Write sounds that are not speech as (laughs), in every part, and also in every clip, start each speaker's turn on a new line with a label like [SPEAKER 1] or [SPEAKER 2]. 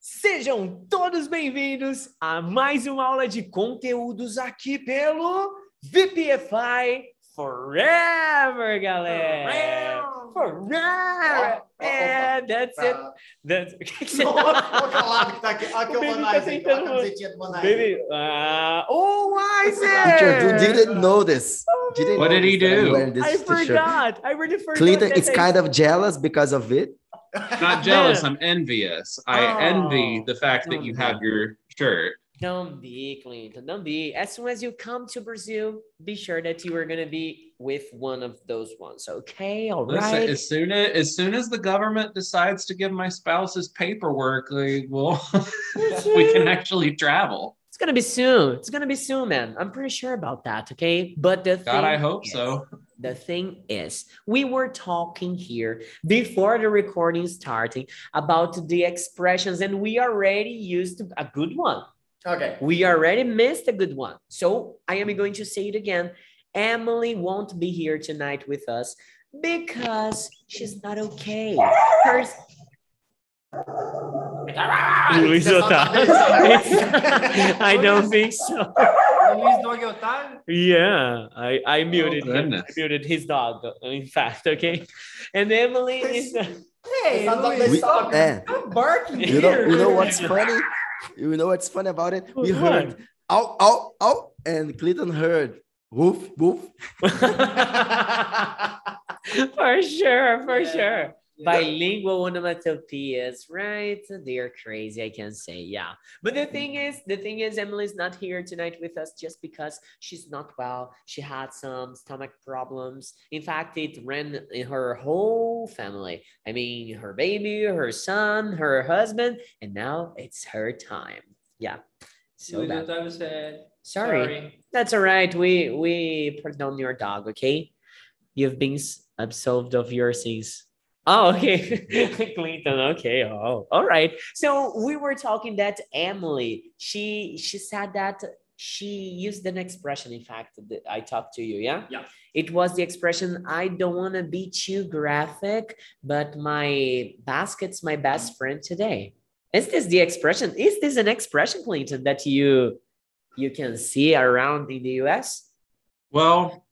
[SPEAKER 1] Sejam todos bem-vindos a mais uma aula de conteúdos aqui pelo VPFI Forever, galera! Forever! É, that's it. That's... (laughs) O que que você
[SPEAKER 2] Nossa, o calado que tá aqui. Olha que eu
[SPEAKER 1] O
[SPEAKER 2] vou
[SPEAKER 1] Baby tá
[SPEAKER 2] analisar. Olha a
[SPEAKER 1] tentando-
[SPEAKER 2] camisetinha do Monark.
[SPEAKER 1] Baby, ah, oh,
[SPEAKER 3] Teacher, you
[SPEAKER 1] Isaac!
[SPEAKER 3] didn't know this. Didn't
[SPEAKER 4] What
[SPEAKER 3] know
[SPEAKER 4] did he
[SPEAKER 3] this that I'm
[SPEAKER 4] do?
[SPEAKER 3] wearing this
[SPEAKER 1] I
[SPEAKER 3] t-shirt.
[SPEAKER 1] forgot. I really forgot.
[SPEAKER 3] Clinton
[SPEAKER 1] that
[SPEAKER 3] is
[SPEAKER 1] I-
[SPEAKER 3] kind of jealous because of it.
[SPEAKER 4] Not jealous, I'm envious. I
[SPEAKER 1] Oh.
[SPEAKER 4] envy the fact that you have your shirt.
[SPEAKER 1] Don't be, Clinton. Don't be. As soon as you come to Brazil, be sure that you are gonna be with one of those ones. Okay, all
[SPEAKER 4] Listen,
[SPEAKER 1] right. (laughs)
[SPEAKER 4] as soon as as soon as the government decides to give my spouse his paperwork, like, well, (laughs) we
[SPEAKER 1] Mm.
[SPEAKER 4] can actually travel.
[SPEAKER 1] It's gonna be soon. It's gonna be soon, man. I'm pretty sure about that. Okay, but the
[SPEAKER 4] God,
[SPEAKER 1] thing
[SPEAKER 4] I hope
[SPEAKER 1] is-
[SPEAKER 4] so.
[SPEAKER 1] The thing is, we were talking here before the recording starting about the expressions, and we already used a good one.
[SPEAKER 2] Okay.
[SPEAKER 1] We already missed a good one. So I am going to say it again. Emily won't be here tonight with us because she's not okay. Her... Luiz
[SPEAKER 3] (laughs)
[SPEAKER 1] Otávio. I don't think so.
[SPEAKER 2] Luiz Dog Otávio?
[SPEAKER 1] Yeah, I, I muted him. I
[SPEAKER 4] Oh, goodness.
[SPEAKER 1] muted his dog, in fact, okay? And Emily is.
[SPEAKER 2] Hey,
[SPEAKER 5] It's not
[SPEAKER 2] Luiz,
[SPEAKER 5] that
[SPEAKER 3] We,
[SPEAKER 2] stop.
[SPEAKER 3] eh,
[SPEAKER 2] Stop barking
[SPEAKER 3] you know,
[SPEAKER 2] here.
[SPEAKER 3] you know
[SPEAKER 1] (laughs)
[SPEAKER 3] what's funny? You know what's funny about it? We
[SPEAKER 1] What?
[SPEAKER 3] heard ow, ow, ow, and Clinton heard woof, woof.
[SPEAKER 1] (laughs) for sure, for
[SPEAKER 2] Yeah.
[SPEAKER 1] sure. Bilingual onomatopoeias, right? They're crazy, I can say, yeah. But the thing is, the thing is, Emily's not here tonight with us just because she's not well. She had some stomach problems. In fact, it ran in her whole family. I mean, her baby, her son, her husband, and now it's her time. Yeah. So
[SPEAKER 5] Luiz
[SPEAKER 1] bad.
[SPEAKER 5] Otávio said,
[SPEAKER 1] Sorry. That's all right. We we pardon your dog, okay? You've been s- absolved of your sins. Oh, okay. (laughs) Clinton, okay. Oh, all right. So we were talking that Emily, she she said that she used an expression, in fact, that I talked to you, yeah?
[SPEAKER 2] Yeah.
[SPEAKER 1] It was the expression, I don't want to be too graphic, but my basket's my best friend today. Is this the expression? Is this an expression, Clinton, that you you can see around in the US.
[SPEAKER 4] Well,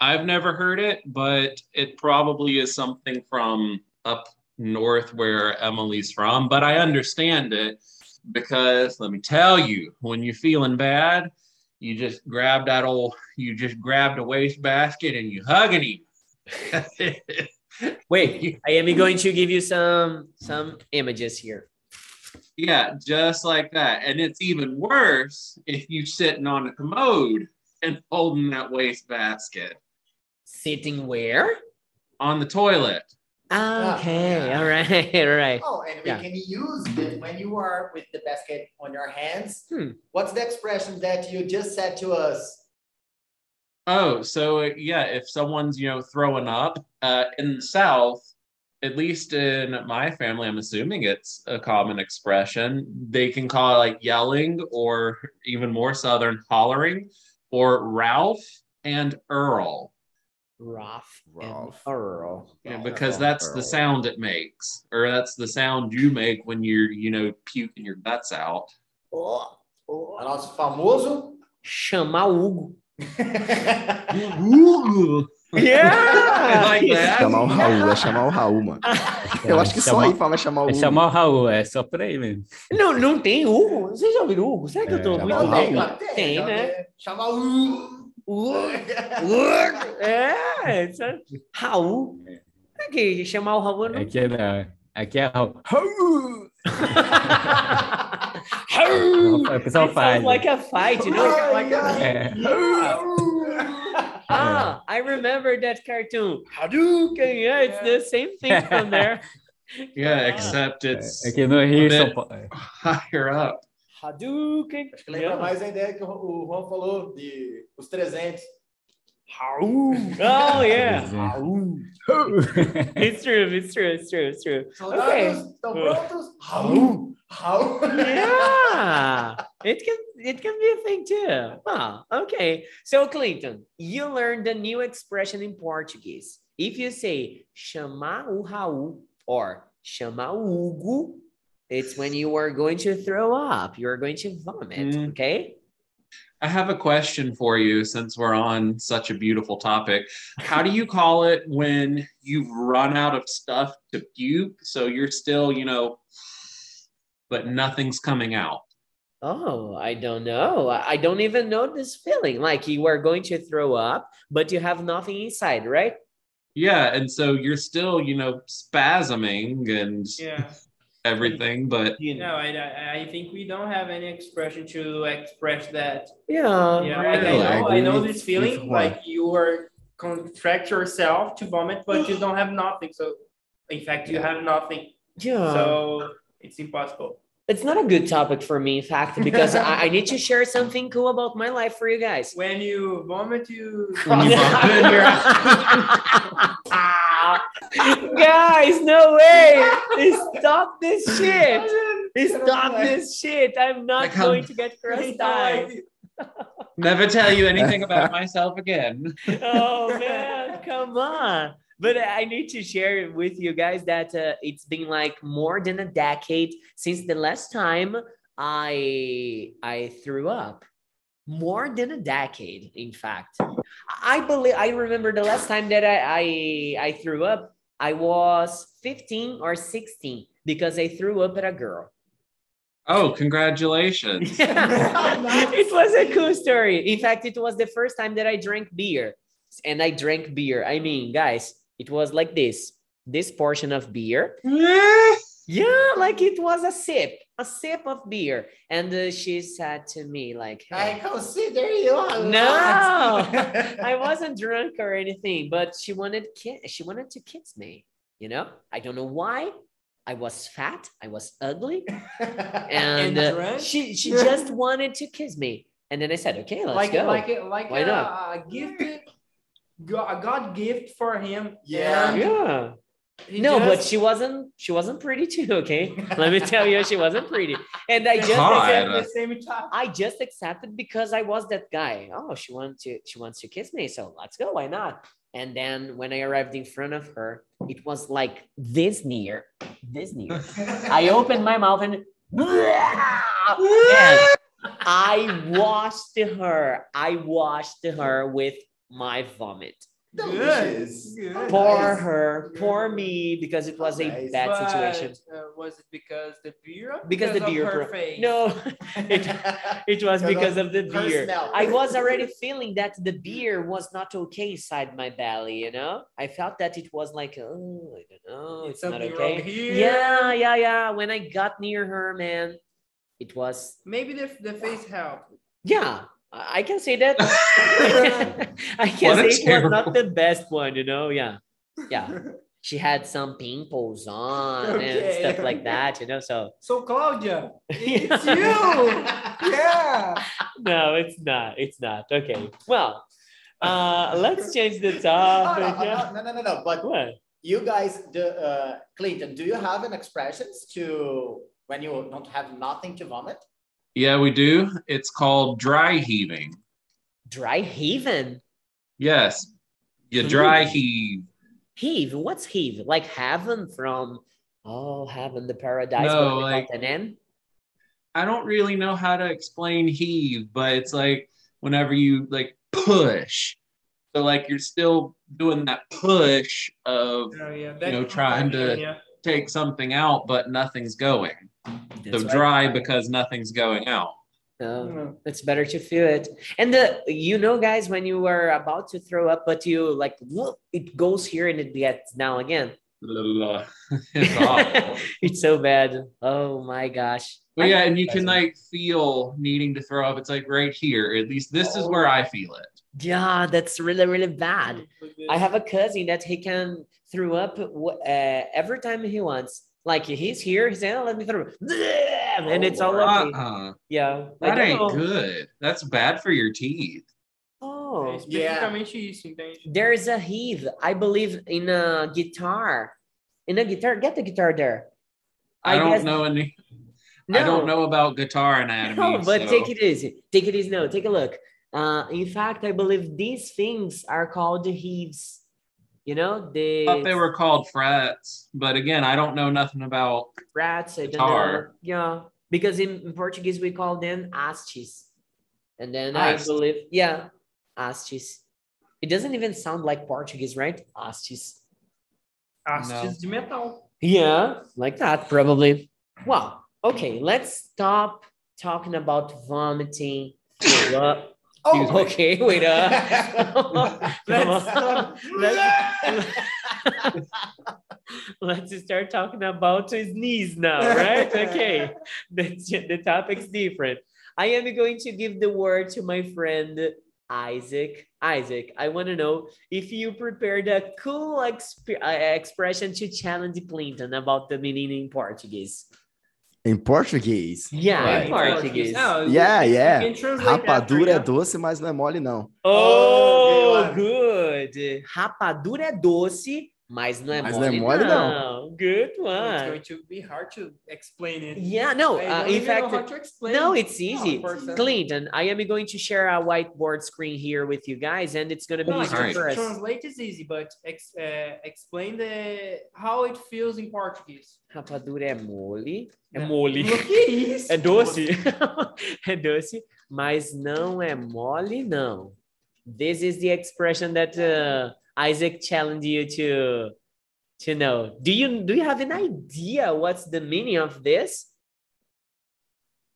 [SPEAKER 4] I've never heard it, but it probably is something from up north where Emily's from. But I understand it because let me tell you, when you're feeling bad, you just grab that old, you just grab the wastebasket and you hugging him. That's it.
[SPEAKER 1] Wait, I am going to give you some some images here.
[SPEAKER 4] (laughs) Yeah, just like that. And it's even worse if you sitting on a commode and holding that wastebasket
[SPEAKER 1] Sitting where?
[SPEAKER 4] on the toilet.
[SPEAKER 1] Okay, all right, all right.
[SPEAKER 2] Oh, and we
[SPEAKER 1] Yeah.
[SPEAKER 2] can use it when you are with the basket on your hands.
[SPEAKER 1] Hmm.
[SPEAKER 2] What's the expression that you just said to us?
[SPEAKER 4] Oh, so uh, yeah, if someone's, you know, throwing up uh, in the South, at least in my family, I'm assuming it's a common expression. They can call it like yelling or even more Southern hollering or Ralph and Earl
[SPEAKER 1] Rough and
[SPEAKER 3] Rough.
[SPEAKER 1] thorough.
[SPEAKER 4] you know,
[SPEAKER 3] Ralph
[SPEAKER 4] because
[SPEAKER 3] and
[SPEAKER 4] that's the
[SPEAKER 3] Earl.
[SPEAKER 4] sound it makes, or that's the sound you make when you're, you know, puking your guts out.
[SPEAKER 1] Oh,
[SPEAKER 2] O
[SPEAKER 1] oh.
[SPEAKER 2] nosso famoso.
[SPEAKER 1] Chamar o Hugo. (laughs)
[SPEAKER 4] I like that.
[SPEAKER 3] Chamar o Raul, vai chamar o Raul, (laughs) mano. Eu acho que só aí um- fala chamar o
[SPEAKER 6] É
[SPEAKER 3] Hugo.
[SPEAKER 6] chamar o Raul, é só por aí mesmo.
[SPEAKER 1] Não, não tem Hugo? Vocês já ouviram Hugo? Será que eu tô
[SPEAKER 3] É,
[SPEAKER 1] ouvindo?
[SPEAKER 3] chamar o
[SPEAKER 1] Não tem,
[SPEAKER 3] Raul.
[SPEAKER 1] claro. Tem, né?
[SPEAKER 2] Chamar o.
[SPEAKER 1] Hugo. Hugo. É, isso é- Raul. Será que chamar o Raul? eu não
[SPEAKER 6] Aqui é não. Aqui é Raul. O pessoal
[SPEAKER 1] It sounds
[SPEAKER 6] faz.
[SPEAKER 1] like a fight, you know?
[SPEAKER 6] É.
[SPEAKER 1] Ah, I remember that cartoon. Hadouken. Yeah, it's the same thing from there.
[SPEAKER 4] Yeah, except it's
[SPEAKER 6] Aqui é no Rio,
[SPEAKER 4] Bit.
[SPEAKER 6] São é, Paulo.
[SPEAKER 4] higher up.
[SPEAKER 1] (laughs) Hadouken.
[SPEAKER 2] Acho que lembra
[SPEAKER 1] Yeah.
[SPEAKER 2] mais a ideia que o o Juan falou de os 300.
[SPEAKER 1] Oh yeah. (laughs) It's true. It's true. It's true. It's true.
[SPEAKER 2] Soldados, estão prontos? Raul! Raul!
[SPEAKER 1] Yeah. It can it can be a thing too. Wow. Okay. So Clinton, you learned a new expression in Portuguese. If you say chamar o Raul or chamar o Hugo, It's when you are going to throw up, you are going to vomit,
[SPEAKER 4] Mm.
[SPEAKER 1] okay?
[SPEAKER 4] I have a question for you since we're on such a beautiful topic. How do you call it when you've run out of stuff to puke? So you're still, you know, but nothing's coming out.
[SPEAKER 1] Oh, I don't know. I I don't even know this feeling. Like you are going to throw up, but you have nothing inside, right?
[SPEAKER 4] Yeah. And so you're still, you know, spasming and
[SPEAKER 5] Yeah.
[SPEAKER 4] everything, but
[SPEAKER 1] You
[SPEAKER 5] No, I, I- I think we don't have any expression to express that.
[SPEAKER 1] Yeah.
[SPEAKER 5] Yeah, like, I
[SPEAKER 4] Uh, Really?
[SPEAKER 5] know,
[SPEAKER 3] Like,
[SPEAKER 5] I know
[SPEAKER 3] we-
[SPEAKER 5] this
[SPEAKER 3] it's
[SPEAKER 5] feeling.
[SPEAKER 3] hard.
[SPEAKER 5] Like you are contract yourself to vomit, but you don't have nothing. So, in fact, you have nothing.
[SPEAKER 4] Uh.
[SPEAKER 1] Yeah.
[SPEAKER 5] So it's impossible.
[SPEAKER 1] it's not a good topic for me, in fact, because I, I need to share something cool about my life for you guys.
[SPEAKER 5] When you vomit, you.
[SPEAKER 4] (laughs) When
[SPEAKER 1] (laughs)
[SPEAKER 4] you vomit,
[SPEAKER 1] Guys, no way! Stop this shit! Stop this shit! I'm not
[SPEAKER 4] Like how-
[SPEAKER 1] going to get cross eyed.
[SPEAKER 4] never tell you anything about myself again.
[SPEAKER 1] Oh man, come on! But I need to share with you guys that uh, it's been like more than a decade since the last time I I threw up. More than a decade, in fact. I believe I remember the last time that I, I I threw up. I was 15 or 16 because I threw up at a girl.
[SPEAKER 4] Oh, congratulations.
[SPEAKER 1] (laughs) it was a cool story. In fact, it was the first time that I drank beer. And I drank beer. I mean, guys, it was like this this portion of beer. Yeah, like it was a sip, a sip of beer. And uh, she said to me, like,
[SPEAKER 2] (laughs) I
[SPEAKER 1] "Hey,
[SPEAKER 2] consider you a
[SPEAKER 1] No.
[SPEAKER 2] lot. (laughs)
[SPEAKER 1] I wasn't drunk or anything, but she wanted ki- she wanted to kiss me. You know, I don't know why. I was fat. I was ugly, and,
[SPEAKER 5] And
[SPEAKER 1] uh,
[SPEAKER 5] drunk?
[SPEAKER 1] she she just wanted to kiss me. And then I said, "Okay, let's
[SPEAKER 5] like
[SPEAKER 1] go."
[SPEAKER 5] like like uh,
[SPEAKER 1] Why
[SPEAKER 5] a,
[SPEAKER 1] not?
[SPEAKER 5] a gift, go- a God gift for him.
[SPEAKER 2] Yeah.
[SPEAKER 5] and
[SPEAKER 1] yeah.
[SPEAKER 5] he
[SPEAKER 1] No, but
[SPEAKER 5] just-
[SPEAKER 1] she wasn't. She wasn't pretty too.
[SPEAKER 5] (laughs)
[SPEAKER 1] Okay, let me tell you, she wasn't pretty. And I just
[SPEAKER 4] God.
[SPEAKER 1] accept-
[SPEAKER 5] at the same time.
[SPEAKER 1] I just accepted because I was that guy. Oh, she wanted to. She wants to kiss me, so let's go. Why not? And then when I arrived in front of her, it was like this near, this near.
[SPEAKER 2] (laughs)
[SPEAKER 1] I opened my mouth and, and I washed her. I washed her with my vomit.
[SPEAKER 2] Delicious.
[SPEAKER 5] Good.
[SPEAKER 2] Nice.
[SPEAKER 1] Poor
[SPEAKER 5] (laughs)
[SPEAKER 1] her, poor me, because it was a
[SPEAKER 2] Nice.
[SPEAKER 1] bad
[SPEAKER 5] But,
[SPEAKER 1] situation.
[SPEAKER 5] Uh, was it because the beer? or
[SPEAKER 1] Because the beer.
[SPEAKER 5] Of her
[SPEAKER 1] pro-
[SPEAKER 5] face?
[SPEAKER 1] No, it, it was
[SPEAKER 2] Because
[SPEAKER 1] because
[SPEAKER 2] of
[SPEAKER 1] of the
[SPEAKER 2] her
[SPEAKER 1] beer.
[SPEAKER 2] smell.
[SPEAKER 1] I was already
[SPEAKER 2] (laughs)
[SPEAKER 1] feeling that the beer was not okay inside my belly, you know? I felt that it was like, oh, I don't know,
[SPEAKER 5] It's
[SPEAKER 1] it's not
[SPEAKER 5] something wrong
[SPEAKER 1] okay.
[SPEAKER 5] here.
[SPEAKER 1] Yeah, yeah, yeah. When I got near her, man, it was,
[SPEAKER 5] Maybe the, the face helped. Oh,
[SPEAKER 1] yeah, I I can say
[SPEAKER 5] (laughs)
[SPEAKER 1] that. (laughs) I can
[SPEAKER 4] What a
[SPEAKER 1] say it was
[SPEAKER 4] terrible-
[SPEAKER 1] not the best one, you know? Yeah,
[SPEAKER 5] (laughs)
[SPEAKER 1] yeah. She had some pimples on and
[SPEAKER 5] Okay,
[SPEAKER 1] stuff like
[SPEAKER 5] okay.
[SPEAKER 1] that, you know? So,
[SPEAKER 5] So
[SPEAKER 1] (laughs)
[SPEAKER 5] Claudia, it's
[SPEAKER 1] Yeah.
[SPEAKER 5] you. yeah.
[SPEAKER 1] no, it's not. It's not. Okay. Well, uh, let's change (laughs)
[SPEAKER 2] (laughs)
[SPEAKER 1] the topic. (laughs) yeah.
[SPEAKER 2] no, no, no, no, no, no, But
[SPEAKER 1] What?
[SPEAKER 2] you guys, the uh, Clinton, do you have an expressions to when you don't have nothing to vomit?
[SPEAKER 4] yeah, we do. It's called dry heaving.
[SPEAKER 1] Dry heaving.
[SPEAKER 4] Yes. You dry heave.
[SPEAKER 1] Heave. What's heave? Like heaven from oh heaven, the paradise
[SPEAKER 4] No,
[SPEAKER 1] where
[SPEAKER 4] like-
[SPEAKER 1] we got an end.
[SPEAKER 4] I don't really know how to explain heave, but it's like whenever you like push. So like you're still doing that push of
[SPEAKER 5] Oh, yeah.
[SPEAKER 4] You know, trying to-
[SPEAKER 5] Yeah.
[SPEAKER 4] take something out but nothing's going.
[SPEAKER 1] That's
[SPEAKER 4] so
[SPEAKER 1] why-
[SPEAKER 4] dry because nothing's going out. (laughs)
[SPEAKER 1] No,
[SPEAKER 5] Mm-hmm.
[SPEAKER 1] it's better to feel it. And the you know, guys, when you were about to throw up, but you like whoop, it goes here and it gets now again.
[SPEAKER 4] (laughs) it's awful.
[SPEAKER 1] (laughs) It's so bad. Oh my gosh.
[SPEAKER 4] But yeah, and you can like feel needing to throw up. It's like right here. At least this is where I feel it.
[SPEAKER 1] Yeah, that's really, really bad. I have a cousin that he can throw up w- uh, every time he wants. Like he's here, he's saying, "Oh, "Let me throw," up." and it's all over. me.
[SPEAKER 4] Uh-uh.
[SPEAKER 1] Yeah, oh, I
[SPEAKER 4] Oh, That
[SPEAKER 1] don't
[SPEAKER 4] ain't
[SPEAKER 1] know.
[SPEAKER 4] good. That's bad for your teeth.
[SPEAKER 1] Oh,
[SPEAKER 5] É Especificamente isso, entende?
[SPEAKER 1] there is a heave. I believe in a guitar. In a guitar, get the guitar there.
[SPEAKER 4] I,
[SPEAKER 1] I
[SPEAKER 4] don't
[SPEAKER 1] guess-
[SPEAKER 4] know any I don't know about guitar anatomy.
[SPEAKER 1] No, but
[SPEAKER 4] so-
[SPEAKER 1] take it easy. Take it easy. No, take a look. Uh, in fact, I believe these things are called heaves. You know, the
[SPEAKER 4] I thought they were called frats, but again, I don't know nothing about.
[SPEAKER 1] rats. I don't know.
[SPEAKER 4] Guitar.
[SPEAKER 1] Yeah, because in, in Portuguese we call them astes, and then I
[SPEAKER 4] Ast.
[SPEAKER 1] believe yeah, astes. It doesn't even sound like Portuguese, right? Astes.
[SPEAKER 5] Hastes de metal.
[SPEAKER 1] Yeah, like that probably. Well, okay, let's stop talking about
[SPEAKER 4] (laughs)
[SPEAKER 1] vomiting. Wait up.
[SPEAKER 2] Oh,
[SPEAKER 4] Excuse me.
[SPEAKER 1] okay, wait uh, up.
[SPEAKER 4] (laughs)
[SPEAKER 1] (laughs)
[SPEAKER 2] (laughs) let's stop. Let's-
[SPEAKER 1] (laughs) Let's start talking about to sneeze now, right? Okay, the, the topic's different. I am going to give the word to my friend Isaac. Isaac, I want to know if you prepared a cool exp- uh, expression to challenge Clinton about the meaning in Portuguese.
[SPEAKER 3] Em português.
[SPEAKER 1] Yeah,
[SPEAKER 3] Right.
[SPEAKER 1] in Portuguese.
[SPEAKER 5] No,
[SPEAKER 3] Yeah,
[SPEAKER 5] you
[SPEAKER 3] yeah.
[SPEAKER 5] can translate after,
[SPEAKER 3] Rapadura é
[SPEAKER 5] yeah.
[SPEAKER 3] doce, mas não é mole, não.
[SPEAKER 1] Oh,
[SPEAKER 2] Oh,
[SPEAKER 1] good. Rapadura é doce, mas não é
[SPEAKER 3] Mas não é
[SPEAKER 1] mole,
[SPEAKER 3] mole, não.
[SPEAKER 1] Good
[SPEAKER 5] It's
[SPEAKER 1] one.
[SPEAKER 5] going to be hard to explain it.
[SPEAKER 1] Ah. Yeah, no,
[SPEAKER 5] I
[SPEAKER 1] uh,
[SPEAKER 5] don't
[SPEAKER 1] in
[SPEAKER 5] even know
[SPEAKER 1] fact,
[SPEAKER 5] how to explain
[SPEAKER 1] no,
[SPEAKER 5] it.
[SPEAKER 1] it's easy.
[SPEAKER 5] of course, uh,
[SPEAKER 1] Clinton, I am going to share a whiteboard screen here with you guys, and it's going to be
[SPEAKER 5] no,
[SPEAKER 1] easy
[SPEAKER 4] Alright.
[SPEAKER 1] for us.
[SPEAKER 5] Translate is easy, but ex, uh, explain the how it feels in Portuguese.
[SPEAKER 1] Rapadura é mole. É
[SPEAKER 5] Não.
[SPEAKER 1] mole.
[SPEAKER 5] (laughs) O que
[SPEAKER 3] (laughs)
[SPEAKER 5] é isso?
[SPEAKER 1] É (laughs) doce. é doce, mas não é mole, não. This is the expression that uh, Isaac challenged you to to know. Do you do you have an idea what's the meaning of this?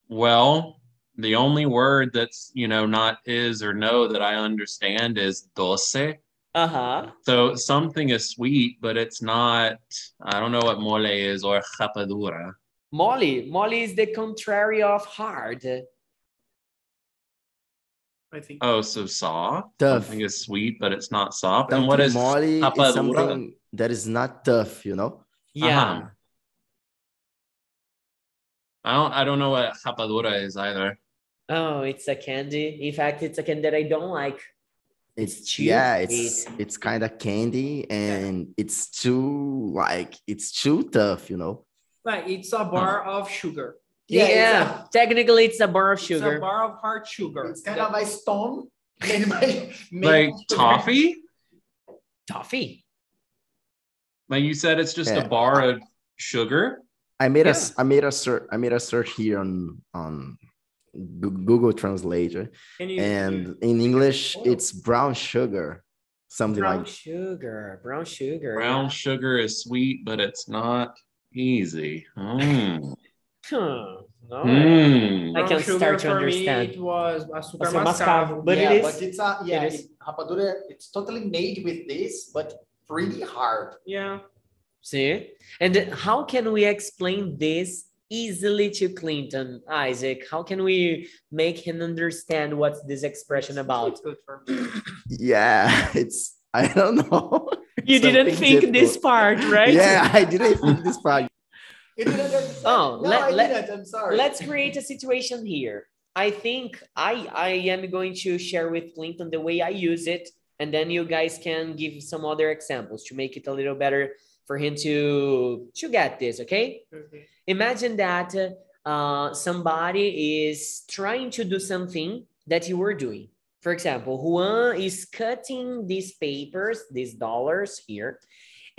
[SPEAKER 4] Well, the only word that's you know not is or no that I understand is doce.
[SPEAKER 1] Uh-huh.
[SPEAKER 4] So something is sweet, but it's not. I don't know what mole is or rapadura.
[SPEAKER 1] Mole. Mole is the contrary of hard.
[SPEAKER 5] I think.
[SPEAKER 4] Oh, so soft.
[SPEAKER 3] Tough.
[SPEAKER 4] Something is sweet, but it's not soft.
[SPEAKER 3] Então,
[SPEAKER 4] and what
[SPEAKER 3] que
[SPEAKER 4] is
[SPEAKER 3] mole
[SPEAKER 4] é rapadura?
[SPEAKER 3] is something that is not tough, you know?
[SPEAKER 1] Yeah.
[SPEAKER 4] Uh-huh. I don't. I don't know what rapadura is either.
[SPEAKER 1] Oh, it's a candy. In fact, it's a candy that I don't like.
[SPEAKER 3] It's
[SPEAKER 1] too
[SPEAKER 3] yeah, it's it's kind of candy and it's too like it's too tough, you know.
[SPEAKER 5] Like it's a bar
[SPEAKER 3] Ah.
[SPEAKER 5] of sugar.
[SPEAKER 1] Yeah.
[SPEAKER 2] Yeah,
[SPEAKER 1] Technically, it's a bar of
[SPEAKER 5] It's a
[SPEAKER 1] sugar.
[SPEAKER 5] bar of hard sugar.
[SPEAKER 2] It's kind of a stone. Made by, made (laughs)
[SPEAKER 4] Like toffee.
[SPEAKER 1] Toffee.
[SPEAKER 4] Like you said, it's just
[SPEAKER 3] Yeah.
[SPEAKER 4] a bar of sugar.
[SPEAKER 3] I made a
[SPEAKER 1] Yeah.
[SPEAKER 3] I made a search I made a search here on on Goo- Google Translator
[SPEAKER 5] Can you-
[SPEAKER 3] and in English it's brown sugar, something
[SPEAKER 1] Brown
[SPEAKER 3] like
[SPEAKER 1] sugar. Brown sugar.
[SPEAKER 4] Brown sugar is sweet, but it's not easy. Mm.
[SPEAKER 1] Huh. All right.
[SPEAKER 4] Mm.
[SPEAKER 1] I can
[SPEAKER 5] brown sugar
[SPEAKER 1] start to
[SPEAKER 5] for
[SPEAKER 1] understand.
[SPEAKER 5] Me, it was açúcar
[SPEAKER 1] Açúcar mascavo.
[SPEAKER 5] mascavo.
[SPEAKER 1] But
[SPEAKER 2] yeah,
[SPEAKER 1] it is-
[SPEAKER 2] but it's a yeah,
[SPEAKER 1] it is-
[SPEAKER 2] it- rapadura. It's totally made with this, but pretty hard.
[SPEAKER 5] Yeah.
[SPEAKER 1] See? And how can we explain this easily to Clinton, Isaac? How can we make him understand what's this expression about?
[SPEAKER 5] It's good for me.
[SPEAKER 3] yeah, (laughs) it's I don't know.
[SPEAKER 1] You didn't
[SPEAKER 3] (laughs) Something
[SPEAKER 1] think this
[SPEAKER 3] difficult.
[SPEAKER 1] part, right?
[SPEAKER 3] Yeah, I didn't think this part.
[SPEAKER 2] You didn't understand.
[SPEAKER 1] (laughs) Oh,
[SPEAKER 2] (laughs) no,
[SPEAKER 1] let-
[SPEAKER 2] I
[SPEAKER 1] let-
[SPEAKER 2] didn't. I'm sorry.
[SPEAKER 1] Let's create a situation here. I think I I am going to share with Clinton the way I use it, and then you guys can give some other examples to make it a little better for him to to get this, okay?
[SPEAKER 5] Okay.
[SPEAKER 1] imagine that uh, somebody is trying to do something that you were doing. For example, Juan is cutting these papers, these dollars here,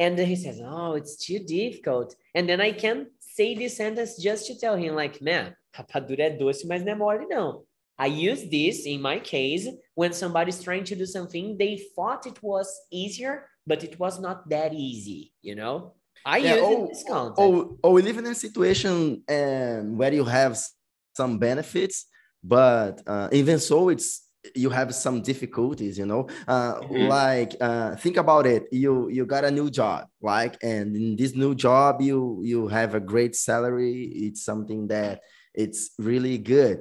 [SPEAKER 1] and he says, "Oh, it's too difficult." And then I can say this sentence just to tell him, like, "Man, rapadura é doce, mas não é mole não." I use this in my case when somebody's trying to do something they thought it was easier, but it was not that easy, you know. I
[SPEAKER 3] Yeah,
[SPEAKER 1] use it in
[SPEAKER 3] oh,
[SPEAKER 1] this context.
[SPEAKER 3] Or or we live in a situation and where you have s- some benefits, but uh, even so, it's you have some difficulties. You know, uh,
[SPEAKER 4] Mhm.
[SPEAKER 3] like uh, think about it. You you got a new job, like, and in this new job, you you have a great salary. It's something that it's really good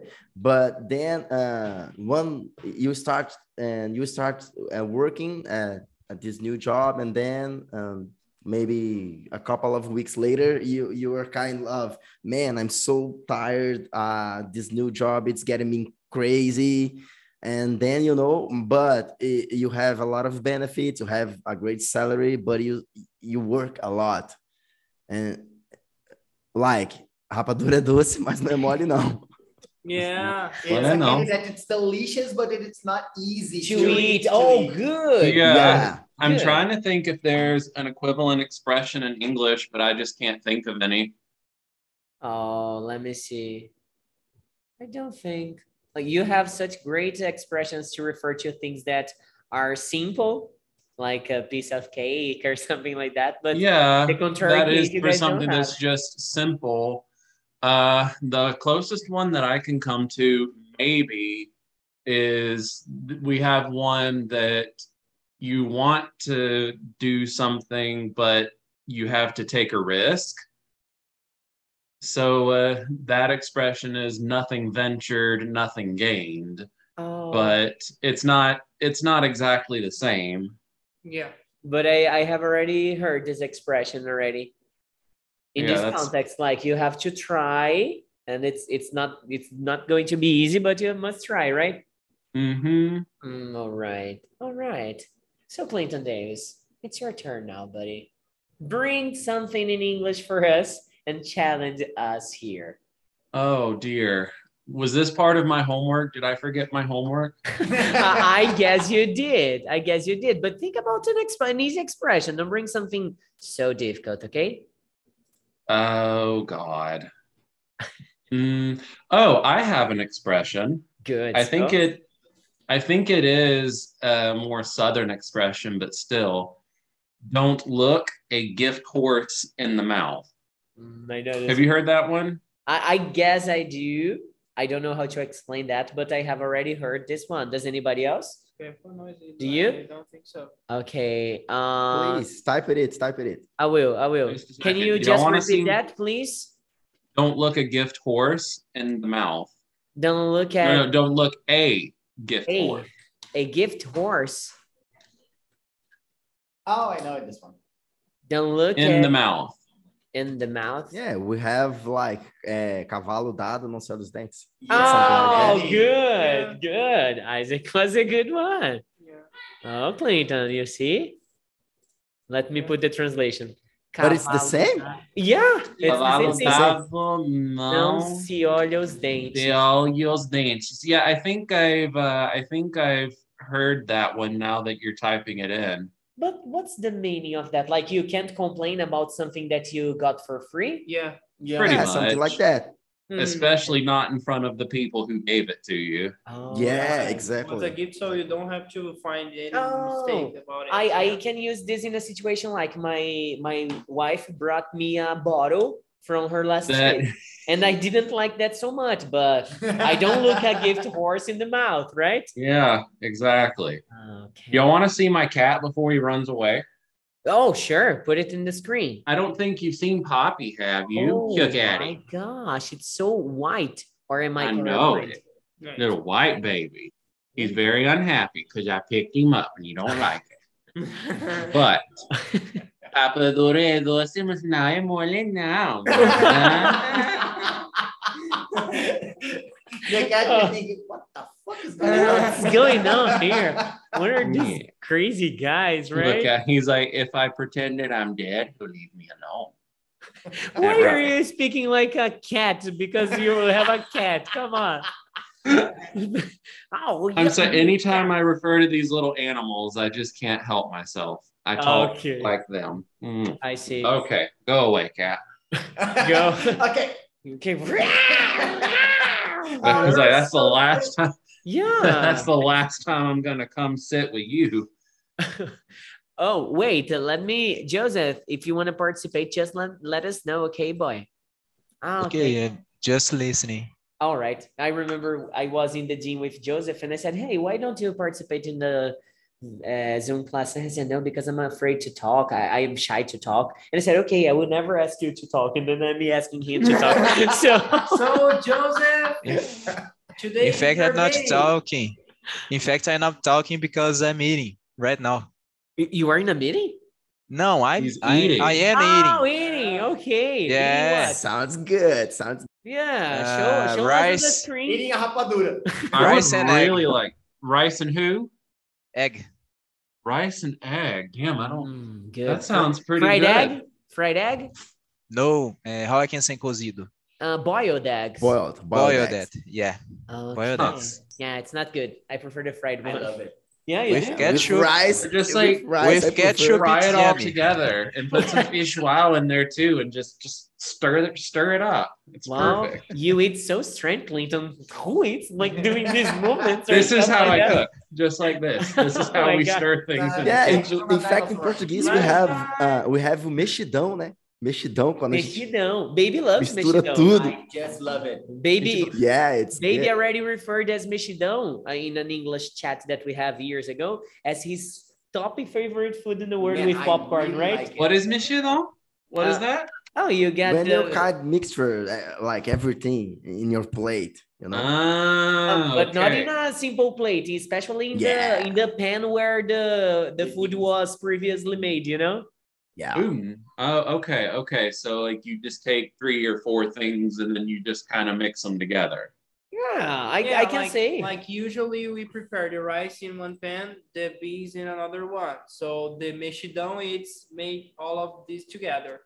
[SPEAKER 3] but then uh one you start and you start uh, working at, at this new job and then um maybe a couple of weeks later you you were kind of man i'm so tired uh this new job it's getting me crazy and then you know but i- you have a lot of benefits you have a great salary but you you work a lot and like rapadura é doce (laughs) mas não é mole não
[SPEAKER 5] Yeah.
[SPEAKER 2] It's
[SPEAKER 4] Well, I
[SPEAKER 2] a
[SPEAKER 4] know.
[SPEAKER 2] candy that it's delicious, but it- it's not easy
[SPEAKER 1] to eat. Oh, good.
[SPEAKER 4] (laughs) Yeah.
[SPEAKER 3] yeah
[SPEAKER 4] I'm
[SPEAKER 1] Good.
[SPEAKER 4] trying to think if there's an equivalent expression in English, but I just can't think of any.
[SPEAKER 1] Oh, let me see. I don't think like you have such great expressions to refer to things that are simple, like a piece of cake or (laughs) something like that. But
[SPEAKER 4] yeah,
[SPEAKER 1] the contrary
[SPEAKER 4] that is
[SPEAKER 1] case you
[SPEAKER 4] for
[SPEAKER 1] guys don't
[SPEAKER 4] something that's
[SPEAKER 1] have.
[SPEAKER 4] just simple. Uh, the closest one that I can come to maybe is th- we have one that you want to do something, but you have to take a risk. So uh, that expression is nothing ventured, nothing gained,
[SPEAKER 1] oh,
[SPEAKER 4] but it's not it's not exactly the same.
[SPEAKER 5] Yeah.
[SPEAKER 1] but I, I have already heard this expression already. In
[SPEAKER 4] Yeah,
[SPEAKER 1] this
[SPEAKER 4] that's-
[SPEAKER 1] context, like you have to try, and it's it's not it's not going to be easy, but you must try, right?
[SPEAKER 4] Mm-hmm.
[SPEAKER 1] Mm, all right. All right. So, Clinton Davis, it's your turn now, buddy. Bring something in English for us and challenge us
[SPEAKER 4] (laughs)
[SPEAKER 1] here.
[SPEAKER 4] Oh dear. Was this part of my homework? Did I forget my homework?
[SPEAKER 1] I I guess you did. I guess you did. But think about an, exp- an easy expression. Don't bring something so difficult, okay?
[SPEAKER 4] Oh God. Mm, oh, I have an expression.
[SPEAKER 1] Good.
[SPEAKER 4] I think
[SPEAKER 1] so-
[SPEAKER 4] it I think it is a more southern expression, but still don't look a gift horse in the mouth.
[SPEAKER 1] Mm, I know this.
[SPEAKER 4] Have you heard that one?
[SPEAKER 1] I, I guess I do. I don't know how to explain that, but I have already heard this one. Does anybody else? Do you?
[SPEAKER 5] I don't think so.
[SPEAKER 1] Okay. Uh,
[SPEAKER 3] Please type it. It type it. in.
[SPEAKER 1] I will. I will.
[SPEAKER 4] Just a
[SPEAKER 1] Can
[SPEAKER 4] second.
[SPEAKER 1] you
[SPEAKER 4] You don't
[SPEAKER 1] just
[SPEAKER 4] wanna
[SPEAKER 1] repeat
[SPEAKER 4] seem-
[SPEAKER 1] that, please?
[SPEAKER 4] Don't look a gift horse in the mouth.
[SPEAKER 1] Don't look
[SPEAKER 4] No,
[SPEAKER 1] at
[SPEAKER 4] no, don't look a gift
[SPEAKER 1] A.
[SPEAKER 4] horse.
[SPEAKER 1] a gift horse.
[SPEAKER 2] Oh, I know this one.
[SPEAKER 1] Don't look
[SPEAKER 4] In
[SPEAKER 1] at
[SPEAKER 4] the mouth.
[SPEAKER 1] in the mouth.
[SPEAKER 3] Yeah, we have like eh, cavalo dado não sei dos dentes.
[SPEAKER 1] Oh,
[SPEAKER 2] Something like that.
[SPEAKER 1] good, good. Isaac (laughs) was a good one.
[SPEAKER 5] Yeah.
[SPEAKER 1] Oh, Clinton, you see? Let me put the translation.
[SPEAKER 3] But it's the
[SPEAKER 1] Cavalo-
[SPEAKER 3] same?
[SPEAKER 1] Yeah, it's the
[SPEAKER 4] Cavalo
[SPEAKER 1] same thing.
[SPEAKER 4] bravo,
[SPEAKER 1] Não
[SPEAKER 4] não
[SPEAKER 1] se olha os dentes.
[SPEAKER 4] de olho os dentes. Yeah, I think I've uh, I think I've heard that one now that you're typing it in.
[SPEAKER 1] But what's the meaning of that? Like you can't complain about something that you got for free?
[SPEAKER 5] Yeah.
[SPEAKER 2] Yeah.
[SPEAKER 4] Pretty
[SPEAKER 3] yeah,
[SPEAKER 4] much.
[SPEAKER 3] something like that.
[SPEAKER 1] Hmm.
[SPEAKER 4] Especially not in front of the people who gave it to you.
[SPEAKER 1] Oh, right.
[SPEAKER 3] yeah,
[SPEAKER 5] It's a
[SPEAKER 3] exactly.
[SPEAKER 5] gift, so you don't have to find any
[SPEAKER 1] Oh,
[SPEAKER 5] mistake about it.
[SPEAKER 1] I, I can use this in a situation like my my wife brought me a bottle from her last
[SPEAKER 4] That-
[SPEAKER 1] trip, and I didn't like that so much, but I don't look a
[SPEAKER 2] (laughs)
[SPEAKER 1] gift horse in the mouth, right?
[SPEAKER 4] Yeah, exactly.
[SPEAKER 1] Okay.
[SPEAKER 4] Y'all want to see my cat before he runs away?
[SPEAKER 1] Oh, sure. Put it in the screen.
[SPEAKER 4] I don't think you've seen Poppy, have you?
[SPEAKER 1] oh,
[SPEAKER 4] Look at him,
[SPEAKER 1] my gosh, it's so white. Or am I,
[SPEAKER 4] I know
[SPEAKER 1] correct?
[SPEAKER 4] it.
[SPEAKER 5] (laughs)
[SPEAKER 4] little white baby. He's very unhappy because I picked him up and you don't like it.
[SPEAKER 1] (laughs)
[SPEAKER 4] But Papa Dore doce, mas não é
[SPEAKER 1] (laughs)
[SPEAKER 4] mole não.
[SPEAKER 2] Uh-huh. (laughs) the cat is thinking, what the fuck is going on?
[SPEAKER 1] What's going on here? What are these crazy guys, right?
[SPEAKER 4] Look at he's like, if I pretend that I'm dead, he'll leave me alone.
[SPEAKER 1] Why are you speaking like a cat? Because you have a cat. Come
[SPEAKER 4] (laughs)
[SPEAKER 1] on. (laughs) oh,
[SPEAKER 4] I'm so anytime I refer to these little animals, I just can't help myself. I talk
[SPEAKER 1] Oh, Okay.
[SPEAKER 4] like them. Mm.
[SPEAKER 1] I see.
[SPEAKER 4] Okay, go away, cat.
[SPEAKER 1] Go.
[SPEAKER 2] (laughs) okay.
[SPEAKER 1] Okay. (laughs)
[SPEAKER 4] (laughs) Because
[SPEAKER 2] Oh,
[SPEAKER 4] like, that's the
[SPEAKER 2] so-
[SPEAKER 4] last time.
[SPEAKER 1] yeah.
[SPEAKER 4] (laughs) That's the last time I'm gonna come sit with you.
[SPEAKER 1] oh, wait. uh, Let me, Joseph, if you want to participate, just let, let us know. Okay, boy. Ah,
[SPEAKER 7] Okay, yeah, just listening.
[SPEAKER 1] All right. I remember I was in the gym with Joseph and I said, Hey, why don't you participate in the uh, Zoom class? And he said, No, because I'm afraid to talk. I, I am shy to talk. And I said, Okay, I will never ask you to talk. And then I'm asking him to
[SPEAKER 7] (laughs)
[SPEAKER 1] talk. so,
[SPEAKER 5] so
[SPEAKER 1] (laughs)
[SPEAKER 5] Joseph, today.
[SPEAKER 7] In
[SPEAKER 5] is
[SPEAKER 7] fact,
[SPEAKER 5] your
[SPEAKER 7] I'm not
[SPEAKER 5] day.
[SPEAKER 7] talking. In fact, I'm not talking because I'm eating right now.
[SPEAKER 1] you you are in a meeting?
[SPEAKER 7] No, I'm
[SPEAKER 4] He's
[SPEAKER 7] I,
[SPEAKER 4] eating.
[SPEAKER 7] I am
[SPEAKER 1] oh,
[SPEAKER 7] eating.
[SPEAKER 1] eating. Okay. Eating
[SPEAKER 7] Yeah.
[SPEAKER 1] what?
[SPEAKER 3] Sounds good. Sounds
[SPEAKER 1] Yeah. Show,
[SPEAKER 7] Uh,
[SPEAKER 1] show us the
[SPEAKER 7] rice.
[SPEAKER 1] screen.
[SPEAKER 2] Eating a rapadura.
[SPEAKER 4] I
[SPEAKER 7] Rice
[SPEAKER 4] would
[SPEAKER 7] and egg.
[SPEAKER 4] really like rice and who?
[SPEAKER 7] Egg.
[SPEAKER 4] Rice and egg. Damn, I don't.
[SPEAKER 1] Mm, good.
[SPEAKER 4] That sounds pretty
[SPEAKER 1] Fried
[SPEAKER 4] good.
[SPEAKER 1] egg? Fried egg?
[SPEAKER 7] No, eh, how I can say cozido?
[SPEAKER 1] Uh, boiled eggs.
[SPEAKER 3] boiled. Boiled
[SPEAKER 7] Boil
[SPEAKER 3] eggs.
[SPEAKER 7] that. Yeah.
[SPEAKER 1] Okay.
[SPEAKER 7] boiled eggs.
[SPEAKER 1] Yeah, it's not good. I prefer the fried
[SPEAKER 2] I
[SPEAKER 1] one.
[SPEAKER 2] love it.
[SPEAKER 1] Yeah, you
[SPEAKER 7] With
[SPEAKER 1] do.
[SPEAKER 7] cat-
[SPEAKER 3] With
[SPEAKER 7] Ketchup.
[SPEAKER 3] rice,
[SPEAKER 4] Just
[SPEAKER 3] with
[SPEAKER 4] like
[SPEAKER 3] rice,
[SPEAKER 7] with
[SPEAKER 3] I prefer-
[SPEAKER 7] ketchup.
[SPEAKER 4] fry
[SPEAKER 7] it's
[SPEAKER 4] it all
[SPEAKER 7] yummy.
[SPEAKER 4] together and put some
[SPEAKER 7] (laughs)
[SPEAKER 4] fish wow in there too, and just just stir it stir it up. It's
[SPEAKER 1] Wow,
[SPEAKER 4] perfect.
[SPEAKER 1] you eat so strange, Clinton. Who eats like doing
[SPEAKER 4] (laughs)
[SPEAKER 1] these movements? or
[SPEAKER 4] This is
[SPEAKER 1] stuff
[SPEAKER 4] how
[SPEAKER 1] like
[SPEAKER 4] I
[SPEAKER 1] that?
[SPEAKER 4] cook, just
[SPEAKER 1] (laughs)
[SPEAKER 4] like this. This is
[SPEAKER 1] Oh
[SPEAKER 4] how
[SPEAKER 1] my
[SPEAKER 4] we
[SPEAKER 1] God.
[SPEAKER 4] stir things. in the
[SPEAKER 3] Yeah, in,
[SPEAKER 4] kitchen.
[SPEAKER 3] in fact, em português we have uh, we have o mexidão, né? Mexidão quando a gente
[SPEAKER 1] Mexidão. Baby loves
[SPEAKER 3] mistura
[SPEAKER 1] mexidão.
[SPEAKER 3] tudo.
[SPEAKER 2] I just love it.
[SPEAKER 1] Baby,
[SPEAKER 3] Yeah, it's
[SPEAKER 1] baby
[SPEAKER 3] good.
[SPEAKER 1] already referred as mexidão uh, in an English chat that we have years ago as his top favorite food in the world
[SPEAKER 2] Man,
[SPEAKER 1] with
[SPEAKER 2] I
[SPEAKER 1] popcorn,
[SPEAKER 2] really
[SPEAKER 1] right?
[SPEAKER 2] like it.
[SPEAKER 4] What is mexidão? What is
[SPEAKER 1] Uh,
[SPEAKER 4] that?
[SPEAKER 1] Oh, you got
[SPEAKER 3] when you
[SPEAKER 1] the-
[SPEAKER 3] cut mixture uh, like everything in your plate, you
[SPEAKER 4] Uh-huh.
[SPEAKER 3] know.
[SPEAKER 4] Ah,
[SPEAKER 1] Um, but not
[SPEAKER 4] okay.
[SPEAKER 1] in a simple plate, especially in
[SPEAKER 3] Yeah.
[SPEAKER 1] the in the pan where the the food was previously made. You know,
[SPEAKER 3] yeah.
[SPEAKER 4] Boom. Oh, okay, okay. So like you just take three or four things and then you just kind of mix them together.
[SPEAKER 1] yeah, I,
[SPEAKER 5] Yeah,
[SPEAKER 1] I can
[SPEAKER 5] like,
[SPEAKER 1] say
[SPEAKER 5] Like usually we prepare the rice in one pan, the beans in another one. So the mexidão it's made all of these together.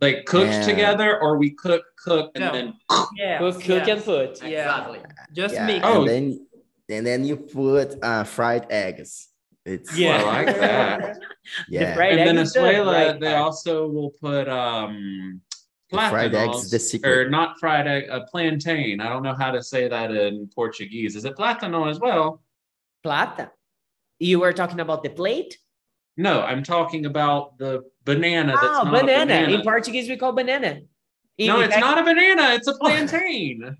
[SPEAKER 4] Like cooked
[SPEAKER 3] Yeah.
[SPEAKER 4] together, or we cook, cook, and
[SPEAKER 5] No.
[SPEAKER 4] then
[SPEAKER 5] Yeah.
[SPEAKER 1] cook, cook and put.
[SPEAKER 5] Yeah.
[SPEAKER 2] Exactly.
[SPEAKER 5] Just
[SPEAKER 3] yeah.
[SPEAKER 5] mix.
[SPEAKER 4] Oh.
[SPEAKER 3] And then and then you put uh, fried eggs. It's
[SPEAKER 1] Yeah.
[SPEAKER 4] I like that.
[SPEAKER 3] (laughs) yeah.
[SPEAKER 1] fried- Right,
[SPEAKER 4] in
[SPEAKER 1] egg is the
[SPEAKER 4] Venezuela,
[SPEAKER 1] right
[SPEAKER 4] they
[SPEAKER 1] part.
[SPEAKER 4] also will put um
[SPEAKER 3] fried eggs is the
[SPEAKER 4] platanos-
[SPEAKER 3] secret.
[SPEAKER 4] or not fried egg, a plantain. I don't know how to say that in Portuguese. Is it platano as well?
[SPEAKER 1] Plata. You were talking about the plate?
[SPEAKER 4] No, I'm talking about the banana. That's
[SPEAKER 1] Ah,
[SPEAKER 4] not a
[SPEAKER 1] banana.
[SPEAKER 4] banana.
[SPEAKER 1] In Portuguese, we call banana. In
[SPEAKER 4] no, it's
[SPEAKER 1] fact,
[SPEAKER 4] not a banana.
[SPEAKER 1] (laughs)
[SPEAKER 4] It's a
[SPEAKER 1] Oh.
[SPEAKER 4] plantain.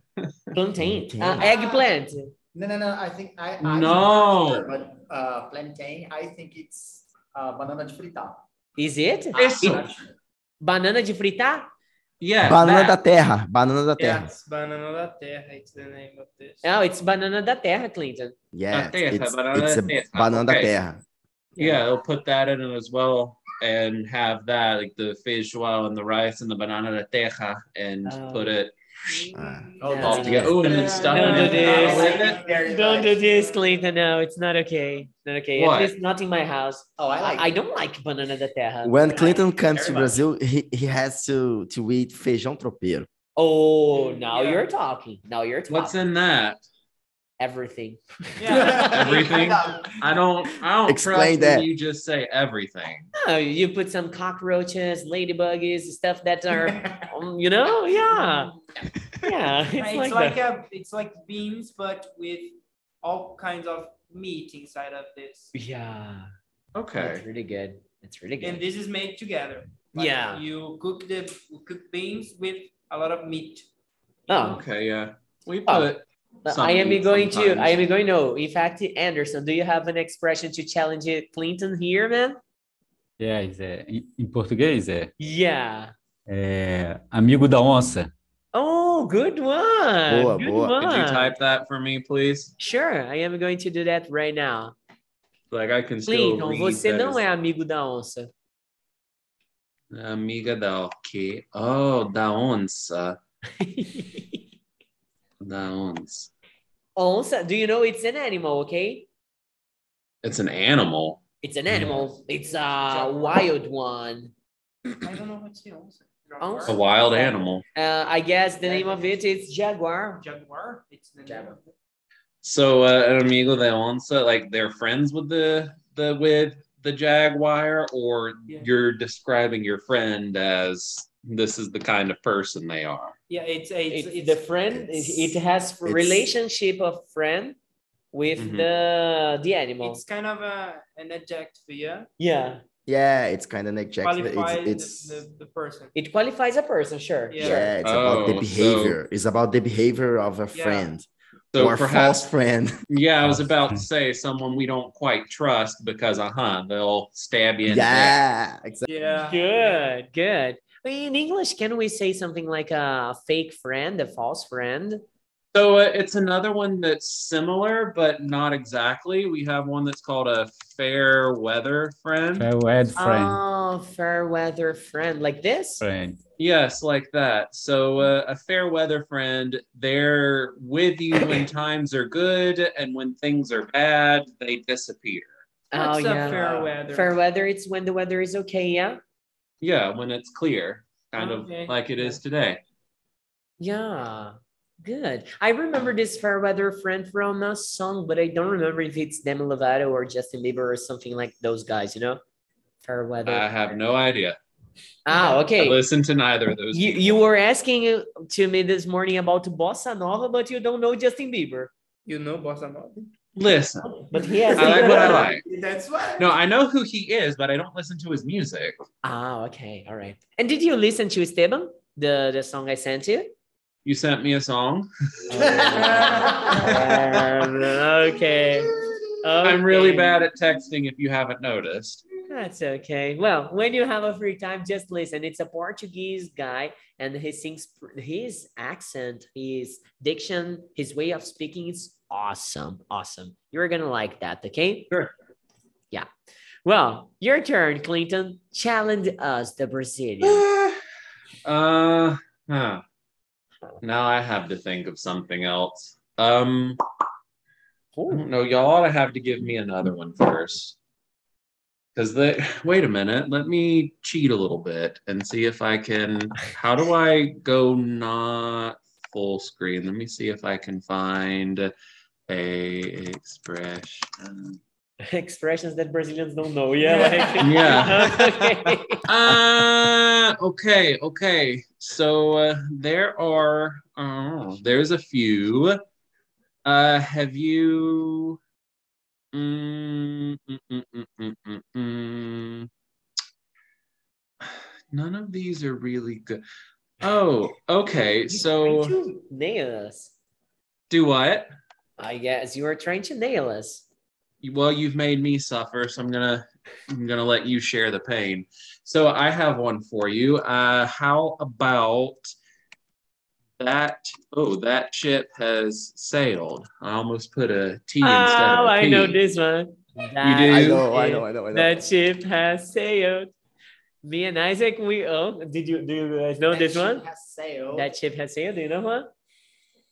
[SPEAKER 1] plantain.
[SPEAKER 3] Plantain.
[SPEAKER 1] Uh, eggplant.
[SPEAKER 2] No, no, no. I think I. I
[SPEAKER 4] No.
[SPEAKER 2] But uh, plantain, I think it's uh, banana de fritar.
[SPEAKER 1] Is it?
[SPEAKER 4] Isso.
[SPEAKER 1] Banana de fritar?
[SPEAKER 4] Yeah.
[SPEAKER 3] Banana
[SPEAKER 4] that.
[SPEAKER 3] da terra, banana da terra.
[SPEAKER 5] Yes, banana da terra. It's the name of this.
[SPEAKER 1] No, Oh, it's banana da terra, Clinton.
[SPEAKER 3] Yeah,
[SPEAKER 4] terra,
[SPEAKER 3] it's,
[SPEAKER 4] banana
[SPEAKER 3] it's
[SPEAKER 4] da
[SPEAKER 3] a
[SPEAKER 4] terra.
[SPEAKER 3] banana da
[SPEAKER 4] Okay.
[SPEAKER 3] terra.
[SPEAKER 4] Yeah, they'll put that in it as well and have that, like the feijoada and the rice and the banana de teja, and
[SPEAKER 1] Oh.
[SPEAKER 4] put it
[SPEAKER 3] Ah.
[SPEAKER 1] No.
[SPEAKER 2] Oh,
[SPEAKER 5] er
[SPEAKER 4] all together. Oh, and then stuff
[SPEAKER 1] No,
[SPEAKER 4] it
[SPEAKER 1] no,
[SPEAKER 4] in
[SPEAKER 1] no.
[SPEAKER 4] with it.
[SPEAKER 1] Don't do this, Clinton. No, it's not okay. Not okay. At
[SPEAKER 4] What?
[SPEAKER 1] least not in my house.
[SPEAKER 2] Oh, I like.
[SPEAKER 1] I, I don't like banana da terra.
[SPEAKER 3] When Clinton comes to
[SPEAKER 1] Everybody.
[SPEAKER 3] Brazil, he, he has to to eat feijão tropeiro.
[SPEAKER 1] Oh, now
[SPEAKER 5] Yeah.
[SPEAKER 1] you're talking. Now you're talking.
[SPEAKER 4] What's in that?
[SPEAKER 1] Everything.
[SPEAKER 5] Yeah.
[SPEAKER 4] Everything. I don't. I don't
[SPEAKER 3] Explain
[SPEAKER 4] trust when
[SPEAKER 3] that.
[SPEAKER 4] You just say everything.
[SPEAKER 1] Oh, you put some cockroaches, ladybugs, stuff that are, (laughs) um, you know, yeah, yeah. It's,
[SPEAKER 5] it's,
[SPEAKER 1] like,
[SPEAKER 5] like,
[SPEAKER 1] that.
[SPEAKER 5] a, it's like beans, but with all kinds of meat inside of this.
[SPEAKER 1] yeah. It's
[SPEAKER 4] Okay.
[SPEAKER 1] really good. It's really good.
[SPEAKER 5] And this is made together.
[SPEAKER 1] Yeah.
[SPEAKER 5] You cook the you cook beans with a lot of meat.
[SPEAKER 1] oh,
[SPEAKER 4] Okay. Yeah. We
[SPEAKER 1] Oh.
[SPEAKER 4] put.
[SPEAKER 1] but
[SPEAKER 4] some
[SPEAKER 1] I am
[SPEAKER 4] meat
[SPEAKER 1] going to. I
[SPEAKER 4] sometimes.
[SPEAKER 1] am going no. In fact, Anderson, do you have an expression to challenge it, Clinton here, man?
[SPEAKER 6] (laughs) Yes, é. Em, em português é,
[SPEAKER 1] Yeah.
[SPEAKER 6] é amigo da onça.
[SPEAKER 1] Oh, good one.
[SPEAKER 3] Boa,
[SPEAKER 1] good
[SPEAKER 3] boa.
[SPEAKER 1] one.
[SPEAKER 4] Could you type that for me, please?
[SPEAKER 1] Sure, I am going to do that right now.
[SPEAKER 4] Like I can still
[SPEAKER 1] Clinton,
[SPEAKER 4] read
[SPEAKER 1] você
[SPEAKER 4] that
[SPEAKER 1] não
[SPEAKER 4] as-
[SPEAKER 1] é amigo da onça. (laughs)
[SPEAKER 4] Amiga da ok. Oh, da onça. Da onça.
[SPEAKER 1] onça, do you know it's an animal? Okay.
[SPEAKER 4] It's an animal.
[SPEAKER 1] It's an animal. It's a wild one.
[SPEAKER 5] I don't know what's the onça.
[SPEAKER 4] A wild animal.
[SPEAKER 1] Uh, I guess the name of it is jaguar.
[SPEAKER 5] Jaguar. It's the name of it.
[SPEAKER 4] So uh, an amigo de onça, like they're friends with the the with the jaguar, or
[SPEAKER 5] Yeah.
[SPEAKER 4] you're describing your friend as this is the kind of person they are.
[SPEAKER 5] Yeah, it's it's,
[SPEAKER 1] It's,
[SPEAKER 5] it's,
[SPEAKER 1] the friend. It, it has
[SPEAKER 3] it's-
[SPEAKER 1] relationship of friend with
[SPEAKER 4] Mhm.
[SPEAKER 1] the the animal.
[SPEAKER 5] it's kind of a an adjective, yeah.
[SPEAKER 1] yeah,
[SPEAKER 3] Yeah, it's kind of like Jackson.
[SPEAKER 5] Qualifies
[SPEAKER 3] It's, it's
[SPEAKER 5] the, the, the person.
[SPEAKER 1] it qualifies a person. Sure.
[SPEAKER 3] yeah.
[SPEAKER 5] Yeah.
[SPEAKER 3] it's about the
[SPEAKER 4] Oh, so-
[SPEAKER 3] behavior. it's about the behavior of a
[SPEAKER 5] Yeah.
[SPEAKER 3] friend
[SPEAKER 4] So
[SPEAKER 3] or a
[SPEAKER 4] perhaps,
[SPEAKER 3] false friend.
[SPEAKER 4] (laughs) yeah, I was about to say someone we don't quite trust because, uh huh, they'll stab you. In the back.
[SPEAKER 3] yeah, exactly.
[SPEAKER 5] Yeah.
[SPEAKER 1] Good. Good. In English, can we say something like a fake friend, a false friend?
[SPEAKER 4] So uh, it's another one that's similar, but not exactly. We have one that's called a fair weather friend.
[SPEAKER 6] Farewell, friend.
[SPEAKER 1] Oh, fair weather friend, like this.
[SPEAKER 6] friend.
[SPEAKER 4] Yes, like that. So uh, a fair weather friend, they're with you when times are good, and when things are bad, they disappear.
[SPEAKER 1] Oh
[SPEAKER 5] That's
[SPEAKER 1] yeah.
[SPEAKER 5] a fair weather.
[SPEAKER 1] Fair weather. It's when the weather is okay. Yeah.
[SPEAKER 4] Yeah, when it's clear, kind
[SPEAKER 5] Okay.
[SPEAKER 4] of like it is today.
[SPEAKER 1] Yeah. Good. I remember this fair weather friend from a song, but I don't remember if it's Demi Lovato or Justin Bieber or something like those guys, you know? Fair weather.
[SPEAKER 4] I have no idea.
[SPEAKER 1] Ah,
[SPEAKER 4] I
[SPEAKER 1] okay.
[SPEAKER 4] listen to neither of those.
[SPEAKER 1] You,
[SPEAKER 4] people.
[SPEAKER 1] you were asking uh, to me this morning about bossa nova, but you don't know Justin Bieber.
[SPEAKER 5] You know Bossa Nova?
[SPEAKER 4] listen.
[SPEAKER 1] But he has.
[SPEAKER 4] (laughs) I like what I like.
[SPEAKER 5] That's why.
[SPEAKER 4] No, I know who he is, but I don't listen to his music.
[SPEAKER 1] Ah, okay. All right. And did you listen to Esteban, the, the song I sent
[SPEAKER 4] (laughs)
[SPEAKER 1] you?
[SPEAKER 4] You sent me a song.
[SPEAKER 1] Um, okay.
[SPEAKER 4] I'm really
[SPEAKER 1] Okay.
[SPEAKER 4] bad at texting if you haven't noticed.
[SPEAKER 1] That's okay. Well, when you have a free time, just listen. It's a Portuguese guy, and he sings. His accent, his diction, his way of speaking is awesome. Awesome. You're gonna like that. Okay.
[SPEAKER 4] Sure.
[SPEAKER 1] Yeah. Well, your turn, Clinton. Challenge us, the Brazilian.
[SPEAKER 4] Uh, huh. Now I have to think of something else. Um, I don't know. Y'all ought to have to give me another one first. Because the (laughs) wait a minute, let me cheat a little bit and see if I can. How do I go not full screen? Let me see if I can find a expression.
[SPEAKER 1] (laughs) Expressions that Brazilians don't know. Yeah. Like,
[SPEAKER 4] (laughs) Yeah.
[SPEAKER 1] (laughs) okay.
[SPEAKER 4] Uh, okay, okay. So uh, there are, oh, there's a few. Uh, have you? Mm, mm, mm, mm, mm, mm, mm. None of these are really good. Oh, okay.
[SPEAKER 1] He's trying
[SPEAKER 4] So
[SPEAKER 1] to nail us.
[SPEAKER 4] do what?
[SPEAKER 1] I guess you are trying to nail us.
[SPEAKER 4] well you've made me suffer so i'm gonna i'm gonna let you share the pain so i have one for you uh how about that oh that ship has sailed i almost put a t instead of
[SPEAKER 1] Oh,
[SPEAKER 4] a
[SPEAKER 1] I
[SPEAKER 4] P.
[SPEAKER 1] know this one.
[SPEAKER 3] I
[SPEAKER 4] do? You-
[SPEAKER 3] know, I know, I know, I know.
[SPEAKER 1] That ship has sailed. Me and Isaac, we oh, did you do you guys know Oh, this one? That ship has sailed. Do you know what?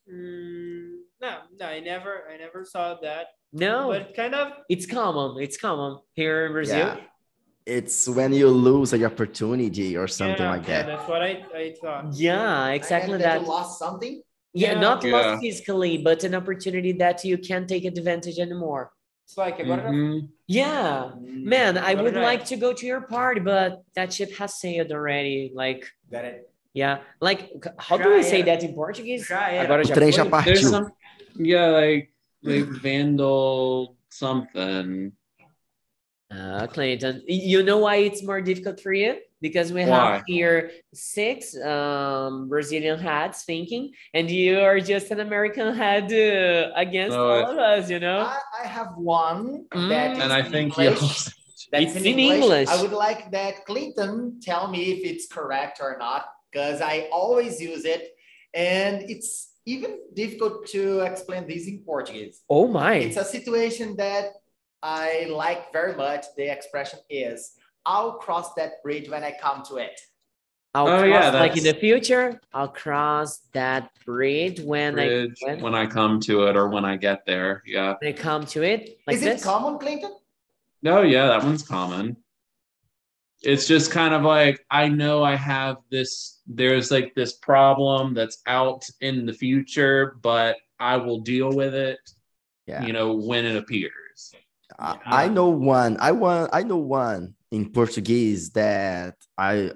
[SPEAKER 5] Mm, no, no, I never, I never saw that.
[SPEAKER 1] No,
[SPEAKER 5] But kind of.
[SPEAKER 1] it's common. It's common here in Brazil.
[SPEAKER 3] Yeah. It's when you lose an opportunity or something
[SPEAKER 5] yeah,
[SPEAKER 3] like
[SPEAKER 5] yeah,
[SPEAKER 3] that.
[SPEAKER 5] that's what I, I thought.
[SPEAKER 1] Yeah, exactly that.
[SPEAKER 2] You lost something.
[SPEAKER 1] Yeah,
[SPEAKER 5] Yeah.
[SPEAKER 1] not
[SPEAKER 4] Yeah.
[SPEAKER 1] lost physically, but an opportunity that you can't take advantage anymore.
[SPEAKER 5] It's like agora
[SPEAKER 4] Mhm.
[SPEAKER 1] Yeah, Mm-hmm.
[SPEAKER 5] (laughs)
[SPEAKER 1] man, I
[SPEAKER 5] What
[SPEAKER 1] would
[SPEAKER 5] did I-
[SPEAKER 1] like to go to your party, but that ship has sailed already. Like,
[SPEAKER 2] Got it.
[SPEAKER 1] yeah, like how do
[SPEAKER 5] Já
[SPEAKER 1] we say
[SPEAKER 5] era.
[SPEAKER 1] that in Portuguese?
[SPEAKER 5] já era.
[SPEAKER 1] Agora
[SPEAKER 3] O trem já
[SPEAKER 1] foi?
[SPEAKER 4] there's
[SPEAKER 3] partiu.
[SPEAKER 4] some yeah like like vandal something
[SPEAKER 1] Uh, Clinton, y- you know why it's more difficult for you? Because we
[SPEAKER 4] Why?
[SPEAKER 1] have here six um, Brazilian hats thinking, and you are just an American head uh, against
[SPEAKER 4] No,
[SPEAKER 1] all
[SPEAKER 4] I-
[SPEAKER 1] of us, you know?
[SPEAKER 2] I, I have one
[SPEAKER 1] Mm.
[SPEAKER 2] that is
[SPEAKER 4] and i
[SPEAKER 2] in
[SPEAKER 4] think you
[SPEAKER 2] English. That's
[SPEAKER 1] It's in English.
[SPEAKER 2] I would like that Clinton tell me if it's correct or not, because I always use it, and it's even difficult to explain this in Portuguese.
[SPEAKER 1] oh my.
[SPEAKER 2] It's a situation that I like very much. The expression is, "I'll cross that bridge when I come to it."
[SPEAKER 1] I'll
[SPEAKER 4] Oh,
[SPEAKER 1] cross,
[SPEAKER 4] yeah,
[SPEAKER 1] like in
[SPEAKER 4] that's-
[SPEAKER 1] the future, I'll cross that bridge when
[SPEAKER 4] bridge
[SPEAKER 1] I when,
[SPEAKER 4] when i come to it or when i get there yeah
[SPEAKER 1] when I come to it. Like
[SPEAKER 2] Is
[SPEAKER 1] this.
[SPEAKER 2] it common, Clinton?
[SPEAKER 4] No, yeah, that one's common. It's just kind of like I know I have this. There's like this problem that's out in the future, but I will deal with it.
[SPEAKER 3] Yeah.
[SPEAKER 4] You know when it appears.
[SPEAKER 3] I, I know one. I want. I know one in Portuguese that I,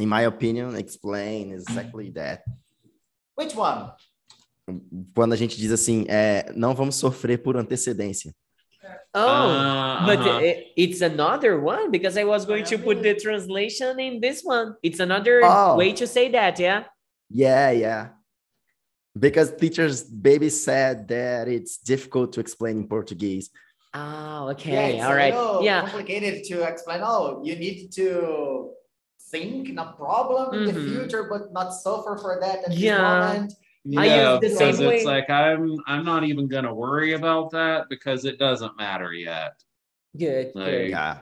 [SPEAKER 3] in my opinion, explain exactly that.
[SPEAKER 2] Which one?
[SPEAKER 3] Quando a gente diz assim, é, não vamos sofrer por antecedência.
[SPEAKER 1] oh.
[SPEAKER 4] Uh,
[SPEAKER 1] But
[SPEAKER 4] uh-huh.
[SPEAKER 1] i- it's another one because I was going to put the translation in this one. It's another
[SPEAKER 3] Oh.
[SPEAKER 1] way to say that, yeah?
[SPEAKER 3] Yeah, yeah. Because teachers, baby said that it's difficult to explain in Portuguese.
[SPEAKER 1] Oh,
[SPEAKER 2] Yeah,
[SPEAKER 1] okay.
[SPEAKER 2] it's
[SPEAKER 1] All
[SPEAKER 2] a
[SPEAKER 1] right.
[SPEAKER 2] little
[SPEAKER 1] Yeah.
[SPEAKER 2] complicated to explain. Oh, you need to think in a problem in the
[SPEAKER 1] Mhm.
[SPEAKER 2] future, but not suffer for that at
[SPEAKER 1] Yeah.
[SPEAKER 2] this moment.
[SPEAKER 1] I
[SPEAKER 4] yeah,
[SPEAKER 1] use the same
[SPEAKER 4] because it's
[SPEAKER 1] way-
[SPEAKER 4] like I'm I'm not even gonna worry about that because it doesn't matter yet.
[SPEAKER 1] Good.
[SPEAKER 4] Like-
[SPEAKER 1] good.
[SPEAKER 3] Yeah.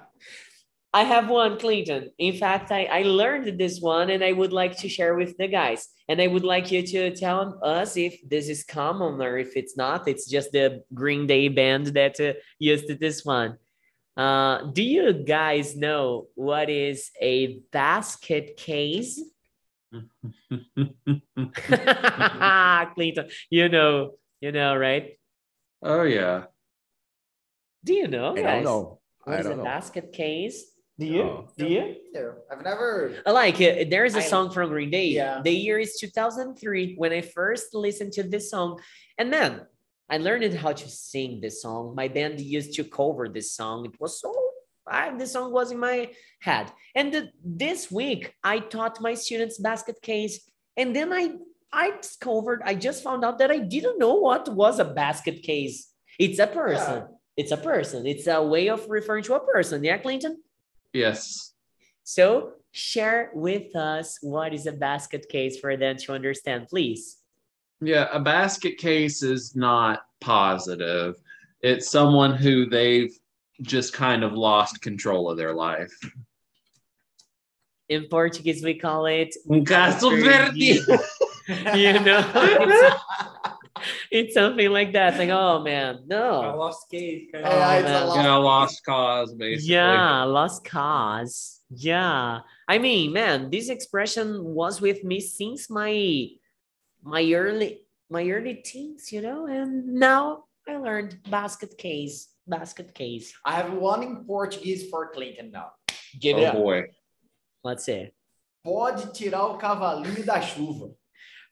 [SPEAKER 1] I have one, Clinton. In fact, I, I learned this one and I would like to share with the guys. And I would like you to tell us if this is common or if it's not. It's just the Green Day band that uh, used this one. Uh,
[SPEAKER 3] (laughs)
[SPEAKER 1] do you guys know what is a basket case? (laughs) Clinton, you know, you know, right?
[SPEAKER 4] oh yeah.
[SPEAKER 1] Do you know?
[SPEAKER 3] I
[SPEAKER 1] guys?
[SPEAKER 3] don't know.
[SPEAKER 1] Oh, What
[SPEAKER 3] I
[SPEAKER 1] is a
[SPEAKER 3] don't know.
[SPEAKER 1] basket case? Do you?
[SPEAKER 3] No.
[SPEAKER 1] Do you?
[SPEAKER 2] There. I've never.
[SPEAKER 1] I like it. There is a
[SPEAKER 2] I-
[SPEAKER 1] song from Green Day.
[SPEAKER 2] Yeah.
[SPEAKER 1] The year is 2003 when I first listened to this song. And then I learned how to sing this song. My band used to cover this song. It was so, I, this song was in my head. And th- this week I taught my students basket case. And then I, I discovered, I just found out that I didn't know what was a basket case. It's a person. It's a person. It's a way of referring to a person. Yeah, Clinton?
[SPEAKER 4] Yes.
[SPEAKER 1] So share with us what is a basket case for them to understand, please.
[SPEAKER 4] Yeah, a basket case is not positive. It's someone who they've just kind of lost control of their life.
[SPEAKER 1] In Portuguese, we call it,
[SPEAKER 4] Um caso
[SPEAKER 1] Perdi.
[SPEAKER 4] perdido.
[SPEAKER 1] you know, it's, it's something like that. Like, oh man,
[SPEAKER 5] I
[SPEAKER 1] no.
[SPEAKER 5] lost case. Kind
[SPEAKER 1] Oh,
[SPEAKER 2] Yeah, it's
[SPEAKER 1] man.
[SPEAKER 2] a lot.
[SPEAKER 4] Yeah, lost cause, basically.
[SPEAKER 1] Yeah, lost cause. Yeah. I mean, man, this expression was with me since my my early my early teens, you know, and now I learned basket case, basket case.
[SPEAKER 2] I have one in Portuguese for Clinton now.
[SPEAKER 1] Give
[SPEAKER 4] Oh boy.
[SPEAKER 1] Let's see.
[SPEAKER 2] Pode tirar o cavalinho da chuva.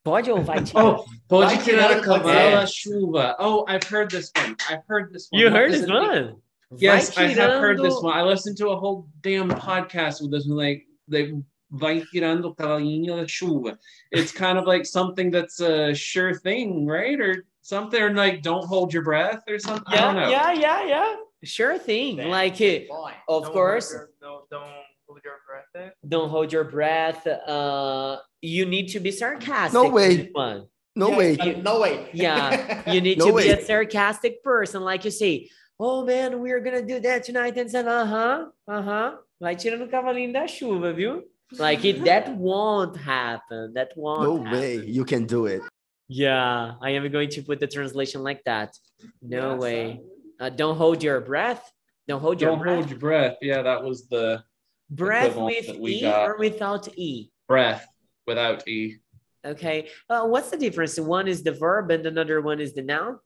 [SPEAKER 1] Pode ou vai tirar?
[SPEAKER 4] Oh, pode
[SPEAKER 2] Vai
[SPEAKER 4] tirar
[SPEAKER 2] tirar
[SPEAKER 4] a
[SPEAKER 2] o
[SPEAKER 4] cavalo
[SPEAKER 2] cavalo.
[SPEAKER 4] a chuva. Oh, I've heard this one. I've heard this one.
[SPEAKER 1] You
[SPEAKER 4] What
[SPEAKER 1] heard
[SPEAKER 4] does
[SPEAKER 1] this
[SPEAKER 4] it mean?
[SPEAKER 1] one?
[SPEAKER 4] Yes, I
[SPEAKER 1] Vai
[SPEAKER 4] have heard this
[SPEAKER 1] tirando-
[SPEAKER 4] one. I listened to a whole damn podcast with this one, like they vai tirando o cavalinho da chuva. It's kind of like something that's a sure thing, right? Or something or like don't hold your breath or something. I don't know.
[SPEAKER 1] Yeah, yeah, yeah, yeah. Sure thing.
[SPEAKER 5] Yeah.
[SPEAKER 1] Like eh,
[SPEAKER 2] Bom, é.
[SPEAKER 1] of course,
[SPEAKER 5] No, don't hold your breath.
[SPEAKER 1] don't hold your breath. Uh, you need to be sarcastic.
[SPEAKER 3] No way.
[SPEAKER 1] with One.
[SPEAKER 3] No
[SPEAKER 2] Yeah,
[SPEAKER 3] way.
[SPEAKER 2] uh, no way. (laughs)
[SPEAKER 1] Yeah. You need
[SPEAKER 3] No
[SPEAKER 1] to be
[SPEAKER 3] way.
[SPEAKER 1] a sarcastic person, like you say. Oh man, we're gonna do that tonight, and said, uh huh, uh huh. Vai tirando o cavalinho da chuva, viu? Like it, that won't happen. That won't.
[SPEAKER 3] No
[SPEAKER 1] happen.
[SPEAKER 3] way. You can do it.
[SPEAKER 1] Yeah, I am going to put the translation like that. No
[SPEAKER 5] Yeah,
[SPEAKER 1] way. Uh, don't hold your breath. Don't hold your
[SPEAKER 4] Don't
[SPEAKER 1] breath.
[SPEAKER 4] hold your breath. Yeah, that was the
[SPEAKER 1] breath
[SPEAKER 4] equivalent
[SPEAKER 1] with
[SPEAKER 4] that we
[SPEAKER 1] E
[SPEAKER 4] got.
[SPEAKER 1] or without E.
[SPEAKER 4] breath without E.
[SPEAKER 1] Okay. Uh, what's the difference? One is the verb and another one is the noun.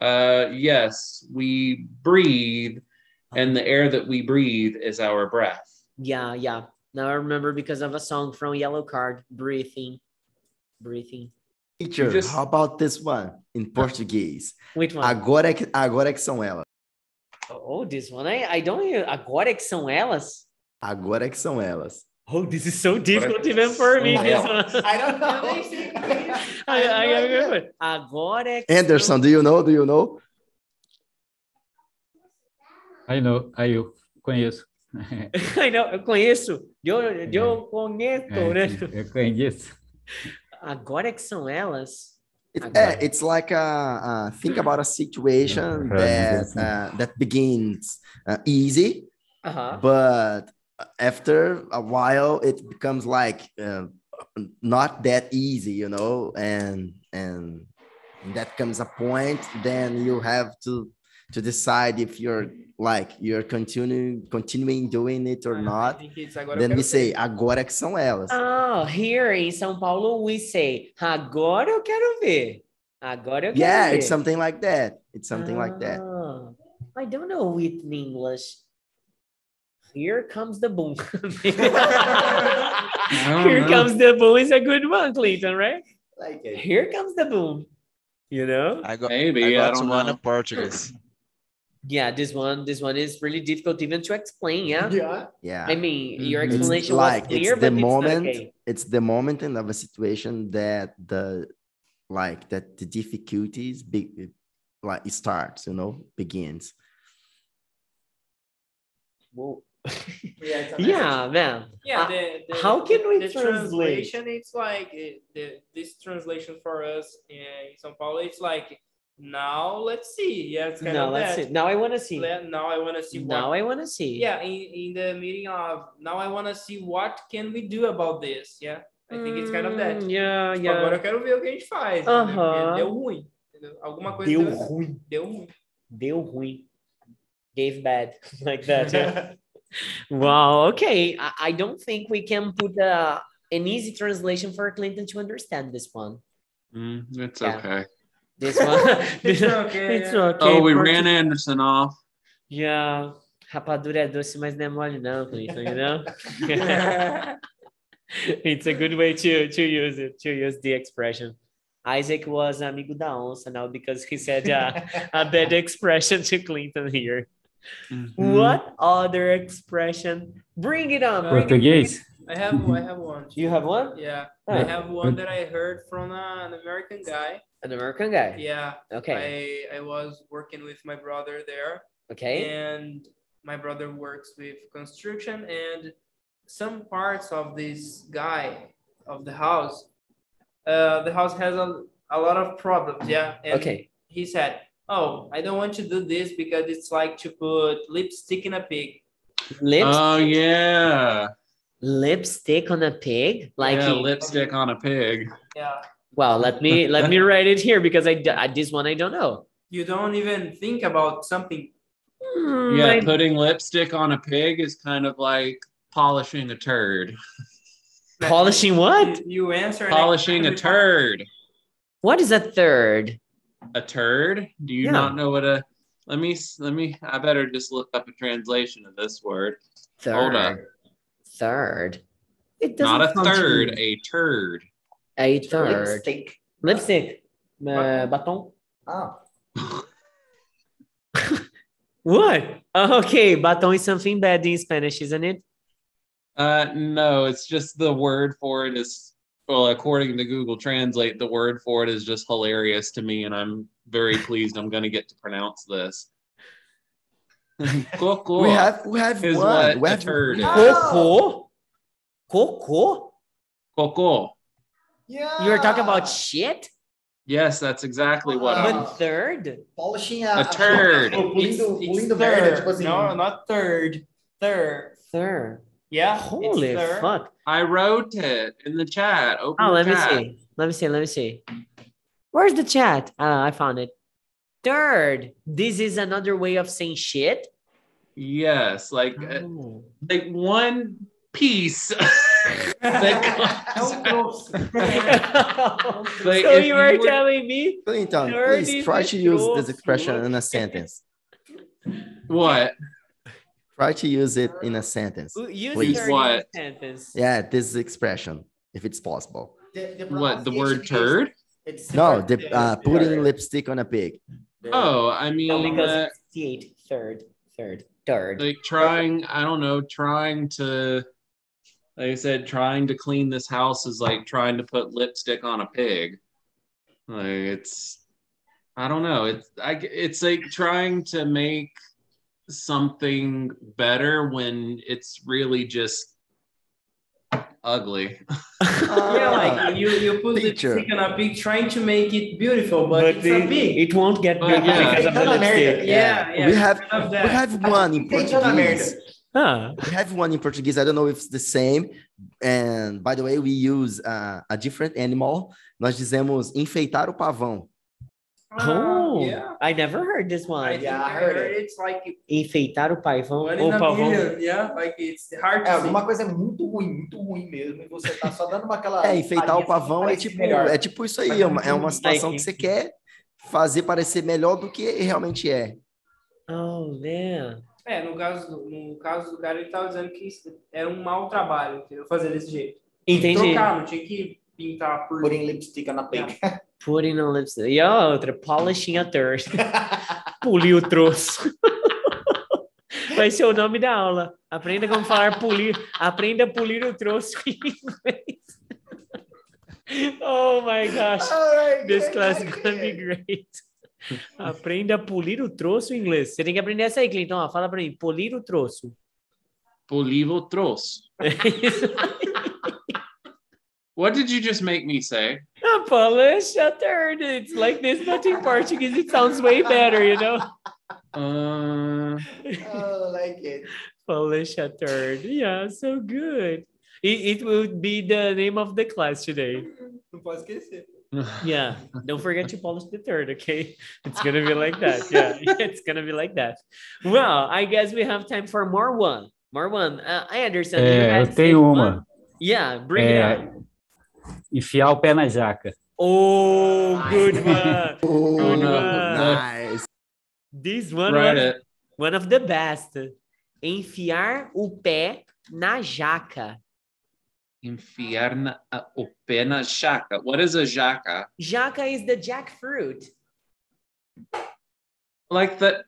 [SPEAKER 4] Uh yes, we breathe, and the air that we breathe is our breath.
[SPEAKER 1] Yeah, yeah. Now I remember because of a song from Yellow Card, Breathing. Breathing.
[SPEAKER 3] Teacher,
[SPEAKER 4] just-
[SPEAKER 3] how about this one in Portuguese?
[SPEAKER 1] Which one?
[SPEAKER 3] Agora é que, agora é que são elas.
[SPEAKER 1] oh, this one. I, I don't hear. Agora que são elas.
[SPEAKER 3] Agora é que são elas.
[SPEAKER 1] Oh, this is so
[SPEAKER 4] que
[SPEAKER 1] difficult even for me.
[SPEAKER 4] são
[SPEAKER 1] This
[SPEAKER 4] elas.
[SPEAKER 1] one.
[SPEAKER 2] I don't
[SPEAKER 5] Eu nem sei o que é
[SPEAKER 2] know.
[SPEAKER 5] isso.
[SPEAKER 1] (laughs) I, I,
[SPEAKER 5] I
[SPEAKER 1] I,
[SPEAKER 5] have no idea.
[SPEAKER 1] agora que
[SPEAKER 3] Anderson, do you know? Do you know?
[SPEAKER 6] I know, aí eu conheço.
[SPEAKER 1] (laughs) I know, eu conheço. Eu,
[SPEAKER 3] É.
[SPEAKER 1] eu conheço,
[SPEAKER 6] (laughs) É,
[SPEAKER 1] né?
[SPEAKER 6] eu conheço.
[SPEAKER 1] Agora é que são elas.
[SPEAKER 3] It-
[SPEAKER 1] Agora.
[SPEAKER 3] eh, it's like a, a think about a situation
[SPEAKER 6] Agora,
[SPEAKER 3] that
[SPEAKER 6] assim.
[SPEAKER 3] uh, that begins uh, easy,
[SPEAKER 1] Aham.
[SPEAKER 3] but after a while it becomes like uh, not that easy, you know, and and that comes a point then you have to to decide if you're like you're continuing continuing doing it or
[SPEAKER 5] I
[SPEAKER 3] not.
[SPEAKER 5] think it's Ah, agora eu
[SPEAKER 3] Then
[SPEAKER 5] quero
[SPEAKER 3] we say agora que são elas.
[SPEAKER 1] Oh, here in São Paulo we say, agora eu quero ver. Agora eu quero
[SPEAKER 3] Yeah,
[SPEAKER 1] ver.
[SPEAKER 3] it's something like that. It's something like that.
[SPEAKER 1] Ah, I don't know it in English. Here comes the
[SPEAKER 3] (laughs)
[SPEAKER 1] boom. (laughs)
[SPEAKER 4] I don't
[SPEAKER 1] Here
[SPEAKER 4] know.
[SPEAKER 1] comes the boom is a good one, Clinton, right?
[SPEAKER 2] Like it.
[SPEAKER 1] Here comes the boom. You know?
[SPEAKER 3] Ah.
[SPEAKER 7] I got, I
[SPEAKER 4] Maybe I,
[SPEAKER 7] got
[SPEAKER 4] don't
[SPEAKER 7] one
[SPEAKER 4] know.
[SPEAKER 7] in Portuguese.
[SPEAKER 1] Yeah, this one, this one is really difficult even to explain. Yeah.
[SPEAKER 2] Yeah.
[SPEAKER 3] Yeah.
[SPEAKER 1] I mean, your
[SPEAKER 4] Mhm. It's
[SPEAKER 1] explanation
[SPEAKER 3] like
[SPEAKER 1] was
[SPEAKER 3] it's
[SPEAKER 1] clear,
[SPEAKER 3] the
[SPEAKER 1] but it's
[SPEAKER 3] moment-
[SPEAKER 1] not okay.
[SPEAKER 3] it's the moment in of a situation that the like that the difficulties be, like it starts, you know, begins.
[SPEAKER 1] Whoa.
[SPEAKER 2] Yeah. it's a message.
[SPEAKER 1] yeah, man.
[SPEAKER 5] Yeah,
[SPEAKER 1] Uh,
[SPEAKER 5] the, the,
[SPEAKER 1] how can we
[SPEAKER 5] the
[SPEAKER 1] translate?
[SPEAKER 5] translation? It's like uh, the, this translation for us uh, in São Paulo. It's like now let's see. Yeah, it's kind
[SPEAKER 1] Now
[SPEAKER 5] of
[SPEAKER 1] let's
[SPEAKER 5] that.
[SPEAKER 1] see. Now I want to see.
[SPEAKER 5] Let- now I want to see
[SPEAKER 1] Now
[SPEAKER 5] what.
[SPEAKER 1] I want to see.
[SPEAKER 5] yeah, in, in the meeting of now I want to see what can we do about this. Yeah, I think it's kind of that.
[SPEAKER 1] Hum, Mm, Yeah,
[SPEAKER 5] Tipo, Agora eu
[SPEAKER 1] yeah.
[SPEAKER 5] quero ver o que a gente faz. entendeu? Porque
[SPEAKER 1] Aham.
[SPEAKER 5] Deu ruim. entendeu? Alguma coisa
[SPEAKER 1] Deu ruim.
[SPEAKER 5] deu ruim.
[SPEAKER 1] Deu ruim. Gave bad. (laughs)
[SPEAKER 5] (laughs)
[SPEAKER 1] like that. Yeah. wow. Okay. I, I don't think we can put a an easy translation for Clinton to understand this one.
[SPEAKER 4] Mm, it's
[SPEAKER 1] Yeah.
[SPEAKER 4] okay.
[SPEAKER 5] (laughs)
[SPEAKER 1] This one.
[SPEAKER 5] It's
[SPEAKER 1] (laughs)
[SPEAKER 5] okay,
[SPEAKER 1] It's
[SPEAKER 5] yeah.
[SPEAKER 1] okay,
[SPEAKER 4] oh, we
[SPEAKER 1] Portu-
[SPEAKER 4] ran Anderson off.
[SPEAKER 1] Yeah. E Rapadura é doce, mas não é mole, não,
[SPEAKER 4] (laughs)
[SPEAKER 1] Clinton, you know? it's a good way to, to use it, to use the expression. Isaac was amigo da onça now because he said a, a bad expression to Clinton here.
[SPEAKER 4] Mm-hmm.
[SPEAKER 1] What other expression? Bring it on. Bring it.
[SPEAKER 6] Portuguese.
[SPEAKER 5] I have I have one.
[SPEAKER 1] You have one?
[SPEAKER 5] Yeah,
[SPEAKER 1] Oh.
[SPEAKER 5] I have one that I heard from uh, an American guy.
[SPEAKER 1] An American guy.
[SPEAKER 5] Yeah,
[SPEAKER 1] Okay.
[SPEAKER 5] I I was working with my brother there,
[SPEAKER 1] Okay.
[SPEAKER 5] and my brother works with construction, and some parts of this guy of the house, uh, the house has a, a lot of problems. Yeah, and
[SPEAKER 1] Okay.
[SPEAKER 5] he said, "Oh, I don't want to do this because it's like to put lipstick in a pig."
[SPEAKER 1] Lips,
[SPEAKER 4] Oh yeah,
[SPEAKER 1] lipstick on a pig? Like
[SPEAKER 4] yeah,
[SPEAKER 1] he-
[SPEAKER 4] lipstick on a pig.
[SPEAKER 5] Yeah,
[SPEAKER 1] Well, let me let
[SPEAKER 4] (laughs)
[SPEAKER 1] me write it here because I, d- I- this one I don't know.
[SPEAKER 5] you don't even think about something.
[SPEAKER 1] Hmm,
[SPEAKER 4] Yeah,
[SPEAKER 1] I-
[SPEAKER 4] putting lipstick on a pig is kind of like polishing a turd.
[SPEAKER 5] that
[SPEAKER 1] polishing what?
[SPEAKER 5] You, you answer. and I-
[SPEAKER 4] Polishing
[SPEAKER 1] (laughs)
[SPEAKER 4] a turd.
[SPEAKER 1] What is a third?
[SPEAKER 4] A turd? Do you
[SPEAKER 1] Yeah.
[SPEAKER 4] not know what a? Let me s- let me. I better just look up a translation of this word.
[SPEAKER 1] Third.
[SPEAKER 4] Hold up.
[SPEAKER 1] Third. It
[SPEAKER 4] Not a
[SPEAKER 1] sound
[SPEAKER 4] third,
[SPEAKER 1] true.
[SPEAKER 4] a turd. (laughs)
[SPEAKER 1] A third.
[SPEAKER 2] Lipstick.
[SPEAKER 1] Lipstick. Uh, baton.
[SPEAKER 2] Oh,
[SPEAKER 1] What? Oh, Okay, baton is something bad in Spanish, isn't it?
[SPEAKER 4] Uh, no, it's just the word for it is. Well, according to Google Translate, the word for it is just hilarious to me, and I'm very pleased I'm going to get to pronounce this. (laughs) Coco
[SPEAKER 3] We have we have
[SPEAKER 4] is
[SPEAKER 3] one.
[SPEAKER 4] what
[SPEAKER 3] We
[SPEAKER 4] a
[SPEAKER 3] have
[SPEAKER 4] turd is.
[SPEAKER 1] Coco. Coco.
[SPEAKER 4] Coco.
[SPEAKER 2] yeah.
[SPEAKER 1] You're talking about shit.
[SPEAKER 4] Yes, that's exactly what.
[SPEAKER 2] Ah.
[SPEAKER 4] I'm,
[SPEAKER 1] But third.
[SPEAKER 2] polishing
[SPEAKER 4] A turd.
[SPEAKER 2] Pô,
[SPEAKER 5] (laughs) It's,
[SPEAKER 2] Pulindo,
[SPEAKER 5] it's
[SPEAKER 2] pulindo verde,
[SPEAKER 5] third.
[SPEAKER 2] tipo assim.
[SPEAKER 5] No, not third. Third.
[SPEAKER 1] Third.
[SPEAKER 5] Yeah. it's
[SPEAKER 1] Holy
[SPEAKER 5] third.
[SPEAKER 1] fuck.
[SPEAKER 4] I wrote it in the chat. Open
[SPEAKER 1] Oh,
[SPEAKER 4] the
[SPEAKER 1] let me
[SPEAKER 4] chat.
[SPEAKER 1] see. Let me see. Let me see. Where's the chat? Ah, I found it. Third, this is another way of saying shit.
[SPEAKER 4] Yes, like uh,
[SPEAKER 1] Oh.
[SPEAKER 4] like one piece. (laughs) Like-
[SPEAKER 2] Não,
[SPEAKER 1] (laughs)
[SPEAKER 2] não.
[SPEAKER 4] Like,
[SPEAKER 1] so
[SPEAKER 4] if
[SPEAKER 1] you are
[SPEAKER 4] you were-
[SPEAKER 1] telling me
[SPEAKER 3] Clinton.
[SPEAKER 1] Turd
[SPEAKER 3] Please
[SPEAKER 1] is
[SPEAKER 3] try
[SPEAKER 1] a
[SPEAKER 3] to use
[SPEAKER 1] joke.
[SPEAKER 3] this expression in a sentence.
[SPEAKER 4] what?
[SPEAKER 3] Try to use it in a sentence.
[SPEAKER 1] use
[SPEAKER 3] Please.
[SPEAKER 1] third in
[SPEAKER 4] What?
[SPEAKER 1] a sentence.
[SPEAKER 3] Yeah, this expression, if it's possible.
[SPEAKER 2] The- the
[SPEAKER 4] What? The word
[SPEAKER 2] pronunciation is-
[SPEAKER 4] turd?
[SPEAKER 2] it's
[SPEAKER 3] No,
[SPEAKER 2] different.
[SPEAKER 3] the, uh, putting
[SPEAKER 2] Turd.
[SPEAKER 3] lipstick on a pig.
[SPEAKER 4] Oh, I mean,
[SPEAKER 1] No, because
[SPEAKER 4] uh,
[SPEAKER 1] it's the eighth, third, third, third.
[SPEAKER 4] like trying. I don't know. Trying to, like I said, trying to clean this house is like trying to put lipstick on a pig. Like it's, I don't know. It's I. It's like trying to make something better when it's really just ugly.
[SPEAKER 5] Yeah,
[SPEAKER 3] Ah,
[SPEAKER 5] like you, you put
[SPEAKER 3] Teacher.
[SPEAKER 5] lipstick on a pig trying to make it beautiful, but,
[SPEAKER 1] but
[SPEAKER 5] it's
[SPEAKER 1] the-
[SPEAKER 5] a pig.
[SPEAKER 1] it won't get
[SPEAKER 4] But
[SPEAKER 1] bigger
[SPEAKER 4] yeah.
[SPEAKER 1] because of the
[SPEAKER 2] It's not American.
[SPEAKER 1] lipstick.
[SPEAKER 5] yeah, yeah.
[SPEAKER 3] (laughs) we have
[SPEAKER 5] kind of
[SPEAKER 3] we
[SPEAKER 5] that.
[SPEAKER 3] have one in
[SPEAKER 2] Entendi na merda.
[SPEAKER 3] Portuguese.
[SPEAKER 1] Ah,
[SPEAKER 3] We have one in Portuguese. I don't know if it's the same. And by the way, we use uh, a different animal. Nós dizemos enfeitar o pavão.
[SPEAKER 5] Ah,
[SPEAKER 1] oh,
[SPEAKER 5] yeah.
[SPEAKER 1] I never heard this
[SPEAKER 5] I,
[SPEAKER 1] one.
[SPEAKER 5] think
[SPEAKER 2] Yeah, I
[SPEAKER 5] I
[SPEAKER 2] heard
[SPEAKER 5] heard it's like
[SPEAKER 1] Enfeitar o paivão
[SPEAKER 5] one
[SPEAKER 1] ou
[SPEAKER 5] in a
[SPEAKER 1] Oh, pavão.
[SPEAKER 5] million. Yeah, like it's hard
[SPEAKER 2] É,
[SPEAKER 5] to
[SPEAKER 2] alguma coisa muito ruim, muito ruim mesmo. E você tá só dando uma aquela.
[SPEAKER 3] É, enfeitar
[SPEAKER 2] farinha
[SPEAKER 3] o pavão é
[SPEAKER 2] assim, parece
[SPEAKER 3] tipo,
[SPEAKER 2] melhor.
[SPEAKER 3] é tipo isso aí.
[SPEAKER 2] Mas
[SPEAKER 3] É uma, é uma
[SPEAKER 2] muito
[SPEAKER 3] situação
[SPEAKER 1] like-
[SPEAKER 3] que você quer fazer parecer melhor do que realmente é.
[SPEAKER 1] Oh, man.
[SPEAKER 5] see. É, no caso, do- no caso do cara, ele tava dizendo que isso era um mau trabalho, entendeu? Fazer desse jeito. Tinha que
[SPEAKER 1] Entendi.
[SPEAKER 5] Trocar, não tinha que pintar por.
[SPEAKER 2] Putting lipstick on a pig. (laughs)
[SPEAKER 1] Putting on lipstick. E a outra, polishing a third. Polir o troço. Vai ser o nome da aula. Aprenda como falar polir. Aprenda a polir o troço em inglês. Oh my gosh. This class is gonna be great. Aprenda a polir o troço em inglês. Você tem que aprender essa aí, Clinton. Ó, fala pra mim. Polir o troço. É
[SPEAKER 4] Polivo troço. What did you just make me say?
[SPEAKER 1] Not (laughs) polish a third. It's like this, but in Portuguese it sounds way better, you know?
[SPEAKER 4] Uh,
[SPEAKER 2] Oh, like it.
[SPEAKER 1] Polish a third. Yeah, so good. It, it will be the name of the class today.
[SPEAKER 5] Não pode esquecer.
[SPEAKER 1] Yeah. Don't forget to polish the third, okay? It's going to be like that. Yeah. (laughs) It's going to be like that.
[SPEAKER 6] Eh,
[SPEAKER 1] Well, I guess we have time for more one. More one. Uh, I understand.
[SPEAKER 6] É, eu tenho uma.
[SPEAKER 1] Yeah, bring it up.
[SPEAKER 6] É, enfiar o pé na jaca.
[SPEAKER 1] Oh, good one.
[SPEAKER 3] Oh,
[SPEAKER 1] Good
[SPEAKER 4] no.
[SPEAKER 1] one.
[SPEAKER 3] nice.
[SPEAKER 1] This one
[SPEAKER 4] Write
[SPEAKER 1] was
[SPEAKER 4] it.
[SPEAKER 1] one of the best. Enfiar o pé na jaca.
[SPEAKER 4] Enfiar na, a- o pé na jaca. What is a jaca?
[SPEAKER 1] Jaca is the jackfruit.
[SPEAKER 4] Like that.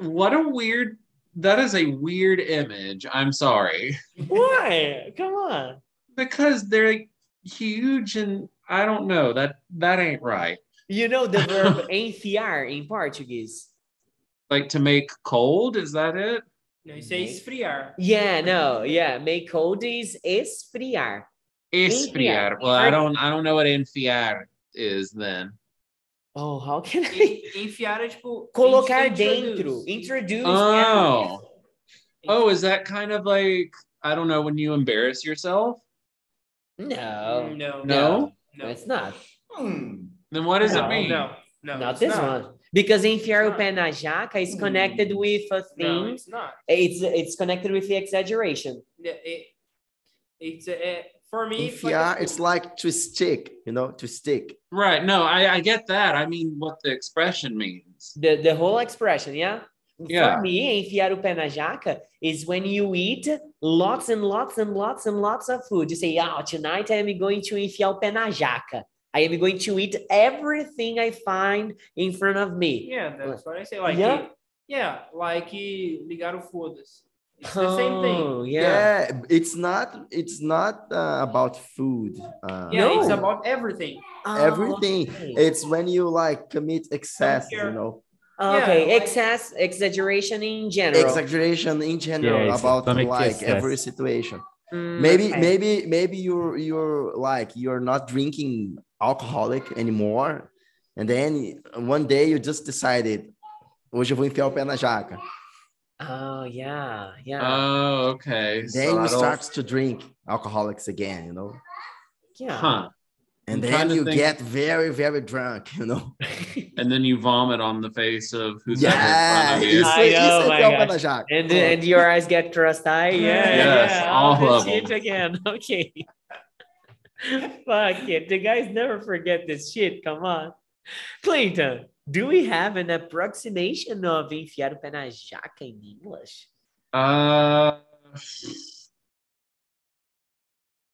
[SPEAKER 4] What a weird. That is a weird image. I'm sorry.
[SPEAKER 1] Why? Come on.
[SPEAKER 4] Because they're huge and I don't know. That that ain't right.
[SPEAKER 1] You know the verb (laughs) enfiar in Portuguese.
[SPEAKER 4] Like to make cold, is that it?
[SPEAKER 5] No, isso é esfriar.
[SPEAKER 1] (laughs) Yeah, no, yeah. Make cold is esfriar.
[SPEAKER 4] Esfriar. Well, I don't I don't know what enfiar is then.
[SPEAKER 1] Oh, how can I?
[SPEAKER 5] E- Enfiar é tipo.
[SPEAKER 1] Colocar
[SPEAKER 5] introduce.
[SPEAKER 1] dentro. Introduce.
[SPEAKER 4] Oh. Oh, is that kind of like I don't know when you embarrass yourself?
[SPEAKER 1] No.
[SPEAKER 5] Não.
[SPEAKER 4] No?
[SPEAKER 5] Não.
[SPEAKER 1] It's not.
[SPEAKER 2] Hmm.
[SPEAKER 4] Then what does
[SPEAKER 1] No,
[SPEAKER 4] it mean?
[SPEAKER 5] Não. Não.
[SPEAKER 1] not
[SPEAKER 5] it's
[SPEAKER 1] this
[SPEAKER 5] not.
[SPEAKER 1] one. Because enfiar
[SPEAKER 5] It's
[SPEAKER 1] o
[SPEAKER 5] not.
[SPEAKER 1] pé na jaca is connected with a
[SPEAKER 5] Não,
[SPEAKER 1] thing.
[SPEAKER 5] it's not.
[SPEAKER 1] It's it's connected with the exaggeration.
[SPEAKER 5] Yeah, it- it's a, for me. it's like a
[SPEAKER 3] Enfiar,
[SPEAKER 5] spoon.
[SPEAKER 3] it's like to stick, you know, to stick.
[SPEAKER 4] Right. No, I, I get that. I mean what the expression means.
[SPEAKER 1] The the whole expression, yeah?
[SPEAKER 4] Yeah.
[SPEAKER 1] For me, enfiar o pé na jaca is when you eat lots and lots and lots and lots of food. You say, oh, tonight I am going to enfiar o pé na jaca. I am going to eat everything I find in front of me.
[SPEAKER 5] Yeah, that's what I say. Like,
[SPEAKER 1] Yeah.
[SPEAKER 5] yeah, yeah like eh, ligar o foda-se. It's the same thing.
[SPEAKER 1] Oh, yeah.
[SPEAKER 3] Yeah. it's not it's not uh, about food. Uh,
[SPEAKER 5] Yeah, it's
[SPEAKER 1] No.
[SPEAKER 5] about everything.
[SPEAKER 1] Oh,
[SPEAKER 3] everything. It's when you like commit excess, you
[SPEAKER 5] care.
[SPEAKER 3] know,
[SPEAKER 1] Oh, Okay,
[SPEAKER 5] Yeah, like-
[SPEAKER 1] excess, exaggeration in general.
[SPEAKER 3] exaggeration in general
[SPEAKER 6] Yeah, it's
[SPEAKER 3] about
[SPEAKER 6] stomach
[SPEAKER 3] like
[SPEAKER 6] excess.
[SPEAKER 3] every situation.
[SPEAKER 1] Mm,
[SPEAKER 3] Maybe
[SPEAKER 1] okay.
[SPEAKER 3] maybe maybe you're you're like you're not drinking alcoholic anymore, and then one day you just decided, hoje eu vou enfiar o pé na jaca.
[SPEAKER 1] Oh yeah, yeah,
[SPEAKER 4] Oh, okay.
[SPEAKER 3] Then
[SPEAKER 4] I
[SPEAKER 3] you
[SPEAKER 4] don't-
[SPEAKER 3] start to drink alcoholics again, you know,
[SPEAKER 1] yeah.
[SPEAKER 4] Huh.
[SPEAKER 3] and
[SPEAKER 4] I'm
[SPEAKER 3] then
[SPEAKER 4] trying to
[SPEAKER 3] you
[SPEAKER 4] think.
[SPEAKER 3] get very very drunk, you know.
[SPEAKER 4] And then you vomit on the face of who's ever in
[SPEAKER 3] Yeah,
[SPEAKER 4] front of
[SPEAKER 3] isso,
[SPEAKER 4] you.
[SPEAKER 1] I
[SPEAKER 3] isso é
[SPEAKER 1] know, my
[SPEAKER 3] enfiar o pé
[SPEAKER 1] gosh.
[SPEAKER 3] na jaca.
[SPEAKER 1] And and your eyes get crossed eye. Yeah,
[SPEAKER 4] Yes,
[SPEAKER 1] yeah.
[SPEAKER 4] all
[SPEAKER 1] the
[SPEAKER 4] of
[SPEAKER 1] shit
[SPEAKER 4] them.
[SPEAKER 1] again. (laughs) Okay. Fuck it. The guys never forget this shit. Come on, Clayton. Do we have an approximation of enfiar o pé na jaca in English?
[SPEAKER 4] Uh,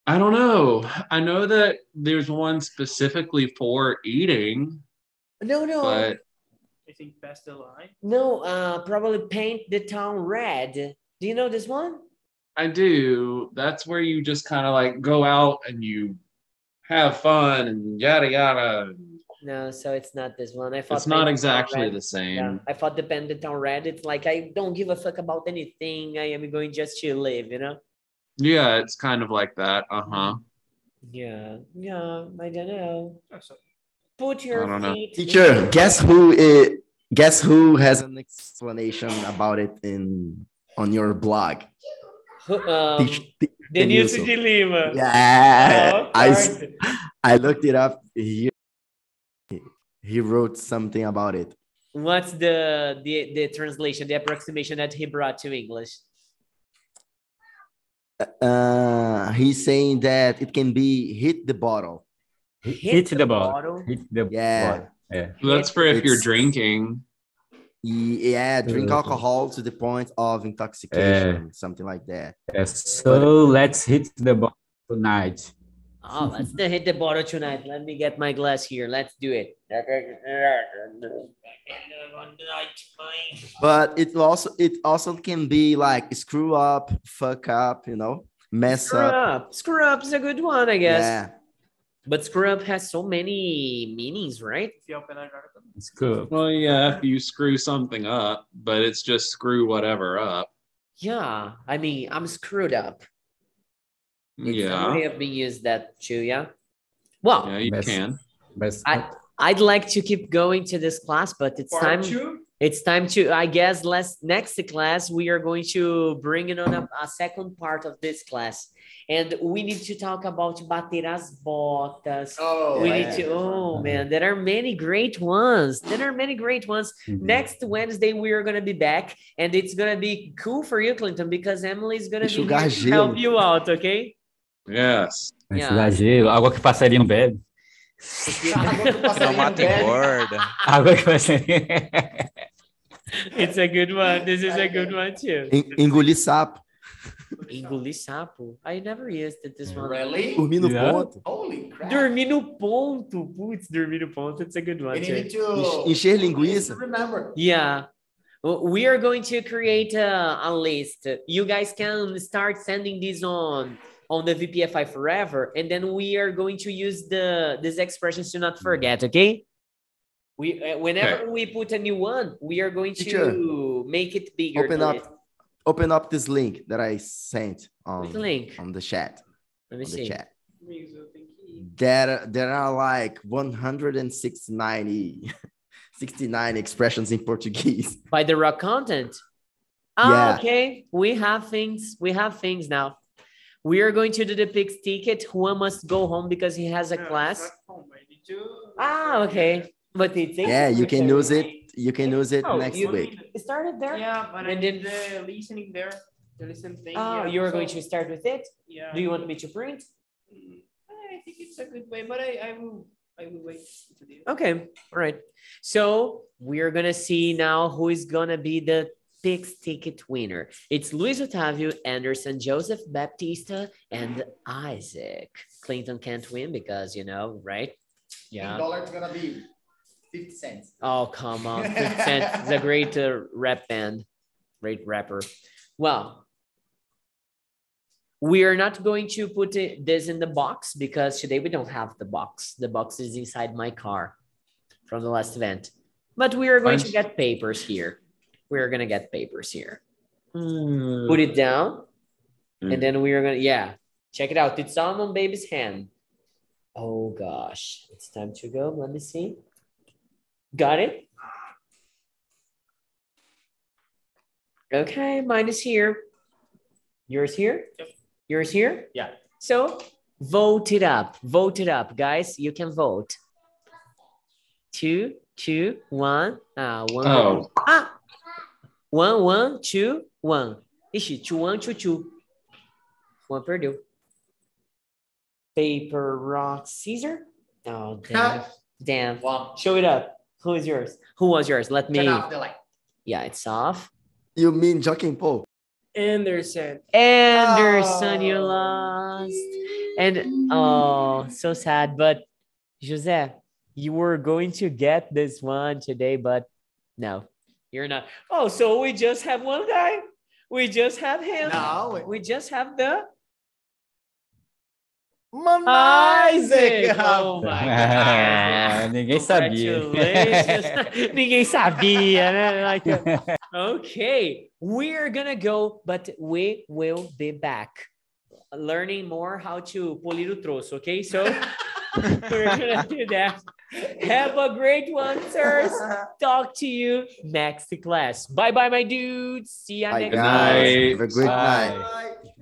[SPEAKER 4] I don't know. I know that there's one specifically for eating,
[SPEAKER 1] No, no,
[SPEAKER 4] but
[SPEAKER 5] I think past the line.
[SPEAKER 1] no. Uh, probably paint the town red. Do you know this one?
[SPEAKER 4] I do. That's where you just kind of like go out and you have fun and yada yada.
[SPEAKER 1] No, so it's not this one. I thought
[SPEAKER 4] It's not
[SPEAKER 1] paint the town
[SPEAKER 4] exactly
[SPEAKER 1] red.
[SPEAKER 4] the
[SPEAKER 1] Yeah,
[SPEAKER 4] same.
[SPEAKER 1] I thought dependent on Reddit. Like, I don't give a fuck about anything. I am going just to live, you know?
[SPEAKER 4] Yeah, it's kind of like that. Uh huh.
[SPEAKER 1] Yeah, yeah, I don't know.
[SPEAKER 5] Oh, so-
[SPEAKER 1] Put your
[SPEAKER 4] I don't know.
[SPEAKER 1] feet. in-
[SPEAKER 3] Teacher, guess who it, guess who has an explanation about it in on your blog?
[SPEAKER 1] Um,
[SPEAKER 3] Teach- te-
[SPEAKER 1] Denilson
[SPEAKER 3] Denilson.
[SPEAKER 1] de Lima.
[SPEAKER 3] yeah,
[SPEAKER 1] Oh,
[SPEAKER 3] I s-
[SPEAKER 1] right.
[SPEAKER 3] I looked it up. He he wrote something about it.
[SPEAKER 1] What's the, the the translation, the approximation that he brought to English?
[SPEAKER 3] Uh, he's saying that it can be hit the bottle.
[SPEAKER 6] Hit, the ball. Hit the
[SPEAKER 3] Yeah.
[SPEAKER 6] ball. É.
[SPEAKER 4] That's for if you're
[SPEAKER 3] It's-
[SPEAKER 4] drinking.
[SPEAKER 3] Yeah, drink
[SPEAKER 6] Uh,
[SPEAKER 3] alcohol to the point of intoxication, something like that.
[SPEAKER 6] É, So let's hit the ball tonight.
[SPEAKER 1] Oh, let's (laughs) not hit the bottle tonight. Let me get my glass here. Let's do it.
[SPEAKER 3] But it also it also can be like screw up, fuck up, you know, mess
[SPEAKER 1] Screw
[SPEAKER 3] up.
[SPEAKER 1] up. Screw up is a good one, I guess.
[SPEAKER 3] Yeah.
[SPEAKER 1] But screw up has so many meanings, right?
[SPEAKER 5] Enfiar o pé na jaca também.
[SPEAKER 6] It's cool.
[SPEAKER 4] Well, yeah, if you screw something up, but it's just screw whatever up.
[SPEAKER 1] Yeah, I mean, I'm screwed up. In some
[SPEAKER 4] Yeah.
[SPEAKER 1] way, I've been used that too. Yeah. Well,
[SPEAKER 4] Yeah, you
[SPEAKER 6] That's-
[SPEAKER 4] can.
[SPEAKER 6] Mas-
[SPEAKER 1] I- I'd like to keep going to this class, but it's
[SPEAKER 5] Part
[SPEAKER 1] time.
[SPEAKER 5] two.
[SPEAKER 1] It's time to. I guess last next class we are going to bring in on a, a second part of this class, and we need to talk about bater as botas.
[SPEAKER 2] Oh,
[SPEAKER 1] we
[SPEAKER 2] I
[SPEAKER 1] need
[SPEAKER 2] see
[SPEAKER 1] to.
[SPEAKER 2] this one.
[SPEAKER 1] Oh man, there are many great ones. There are many great ones.
[SPEAKER 6] Hmm.
[SPEAKER 1] Next Wednesday we are gonna be back, and it's gonna be cool for you, Clinton, because Emily is gonna be
[SPEAKER 3] Enxugar
[SPEAKER 1] here to help
[SPEAKER 3] gelo.
[SPEAKER 1] you out. Okay?
[SPEAKER 4] Yes.
[SPEAKER 6] Exagero. Água que passarinho bebe.
[SPEAKER 7] Não mata engorda.
[SPEAKER 6] Água que passarinho.
[SPEAKER 1] It's a good one. This is a good one too.
[SPEAKER 3] En- engolir sapo,
[SPEAKER 1] Engolir sapo. I never used it this one.
[SPEAKER 2] Really?
[SPEAKER 3] dormir no
[SPEAKER 6] Yeah.
[SPEAKER 3] ponto,
[SPEAKER 2] Holy crap.
[SPEAKER 1] Dormir no ponto. Putz, dormir no ponto. It's a good one
[SPEAKER 2] We
[SPEAKER 1] too.
[SPEAKER 2] need to
[SPEAKER 3] Enche- encher linguiça.
[SPEAKER 2] Remember.
[SPEAKER 1] Yeah. W- We are going to create a, a list. You guys can start sending these on on the VPFI forever, and then we are going to use the these expressions to not forget. Okay. We uh, whenever we put a new one, we are going to
[SPEAKER 3] Teacher,
[SPEAKER 1] make it bigger.
[SPEAKER 3] Open
[SPEAKER 1] the
[SPEAKER 3] up,
[SPEAKER 1] list.
[SPEAKER 3] open up this link that I sent
[SPEAKER 1] Which
[SPEAKER 3] on,
[SPEAKER 1] link.
[SPEAKER 3] on the chat.
[SPEAKER 1] Let me
[SPEAKER 3] On the
[SPEAKER 1] see.
[SPEAKER 3] chat.
[SPEAKER 5] Amigos, eu tenho que ir.
[SPEAKER 3] There, there are like 169 69 expressions in Portuguese.
[SPEAKER 1] By the rock content. Ah,
[SPEAKER 3] Yeah.
[SPEAKER 1] okay. We have things. We have things now. We are going to do the pig's ticket. Juan must go home because he has a
[SPEAKER 5] No,
[SPEAKER 1] class.
[SPEAKER 5] it's not home, I need to-
[SPEAKER 1] Ah, okay. But it's
[SPEAKER 3] Yeah, you can use it. You can use it
[SPEAKER 1] Oh,
[SPEAKER 3] next
[SPEAKER 1] you-
[SPEAKER 3] week.
[SPEAKER 1] It started there.
[SPEAKER 5] Yeah, but I
[SPEAKER 1] And
[SPEAKER 5] did
[SPEAKER 1] then-
[SPEAKER 5] the listening there. The listen thing.
[SPEAKER 1] Oh,
[SPEAKER 5] yeah.
[SPEAKER 1] you are
[SPEAKER 5] so,
[SPEAKER 1] going to start with it.
[SPEAKER 5] Yeah.
[SPEAKER 1] Do you want me to print?
[SPEAKER 5] Mm, I think it's a good way, but I, I will I will wait to do.
[SPEAKER 1] Okay. All right. So we're gonna see now who is gonna be the pig's ticket winner. It's Luis Otavio, Anderson, Joseph Baptista, and Isaac. Clinton can't win because you know, right? Yeah.
[SPEAKER 2] Dollar's gonna be 50 cents.
[SPEAKER 1] Oh, come on. 50 Cent is a great uh, rap band, great rapper. Well, we are not going to put it, this in the box because today we don't have the box. The box is inside my car from the last event. But we are going to
[SPEAKER 4] Fine.
[SPEAKER 1] get papers here. We are going to get papers here. Put it down.
[SPEAKER 4] Mm.
[SPEAKER 1] And then we are going to, yeah, check it out. It's on on baby's hand. Oh, gosh. It's time to go. Let me see. Got it? Okay, mine is here. Yours here?
[SPEAKER 5] Yep.
[SPEAKER 1] Yours here?
[SPEAKER 2] Yeah.
[SPEAKER 1] So vote it up. Vote it up, guys. You can vote. Two, two, one, ah, one.
[SPEAKER 4] Oh.
[SPEAKER 1] Ah! One, one, two, one. Ixi, two, one, two, two. One perdeu. Paper, rock, scissor? Oh, damn.
[SPEAKER 2] Cut.
[SPEAKER 1] damn.
[SPEAKER 2] One.
[SPEAKER 1] Show it up. Who is yours? Who was yours? Let me.
[SPEAKER 2] Turn off the light.
[SPEAKER 1] Yeah, it's off.
[SPEAKER 3] You mean Joaquim Paul?
[SPEAKER 5] Anderson.
[SPEAKER 1] Anderson, you
[SPEAKER 2] Oh.
[SPEAKER 1] lost. And oh, so sad. But Jose, you were going to get this one today, but no, you're not. Oh, so we just have one guy. We just have him.
[SPEAKER 2] No,
[SPEAKER 1] We just have the
[SPEAKER 2] Mano,
[SPEAKER 1] Isaac. Oh
[SPEAKER 6] (laughs)
[SPEAKER 1] my God.
[SPEAKER 6] Ah, (laughs) ninguém sabia.
[SPEAKER 1] Congratulations. Ninguém sabia, né? Like, uh, okay, we're gonna go, but we will be back learning more how to polir o troço, okay? So (laughs) we're gonna do that. Have a great one, sirs.
[SPEAKER 2] (laughs)
[SPEAKER 1] Talk to you next class. Bye bye, my dudes. See ya
[SPEAKER 3] Bye,
[SPEAKER 1] next
[SPEAKER 4] night.
[SPEAKER 3] guys. Have a great
[SPEAKER 6] Bye.
[SPEAKER 3] night.
[SPEAKER 2] Bye.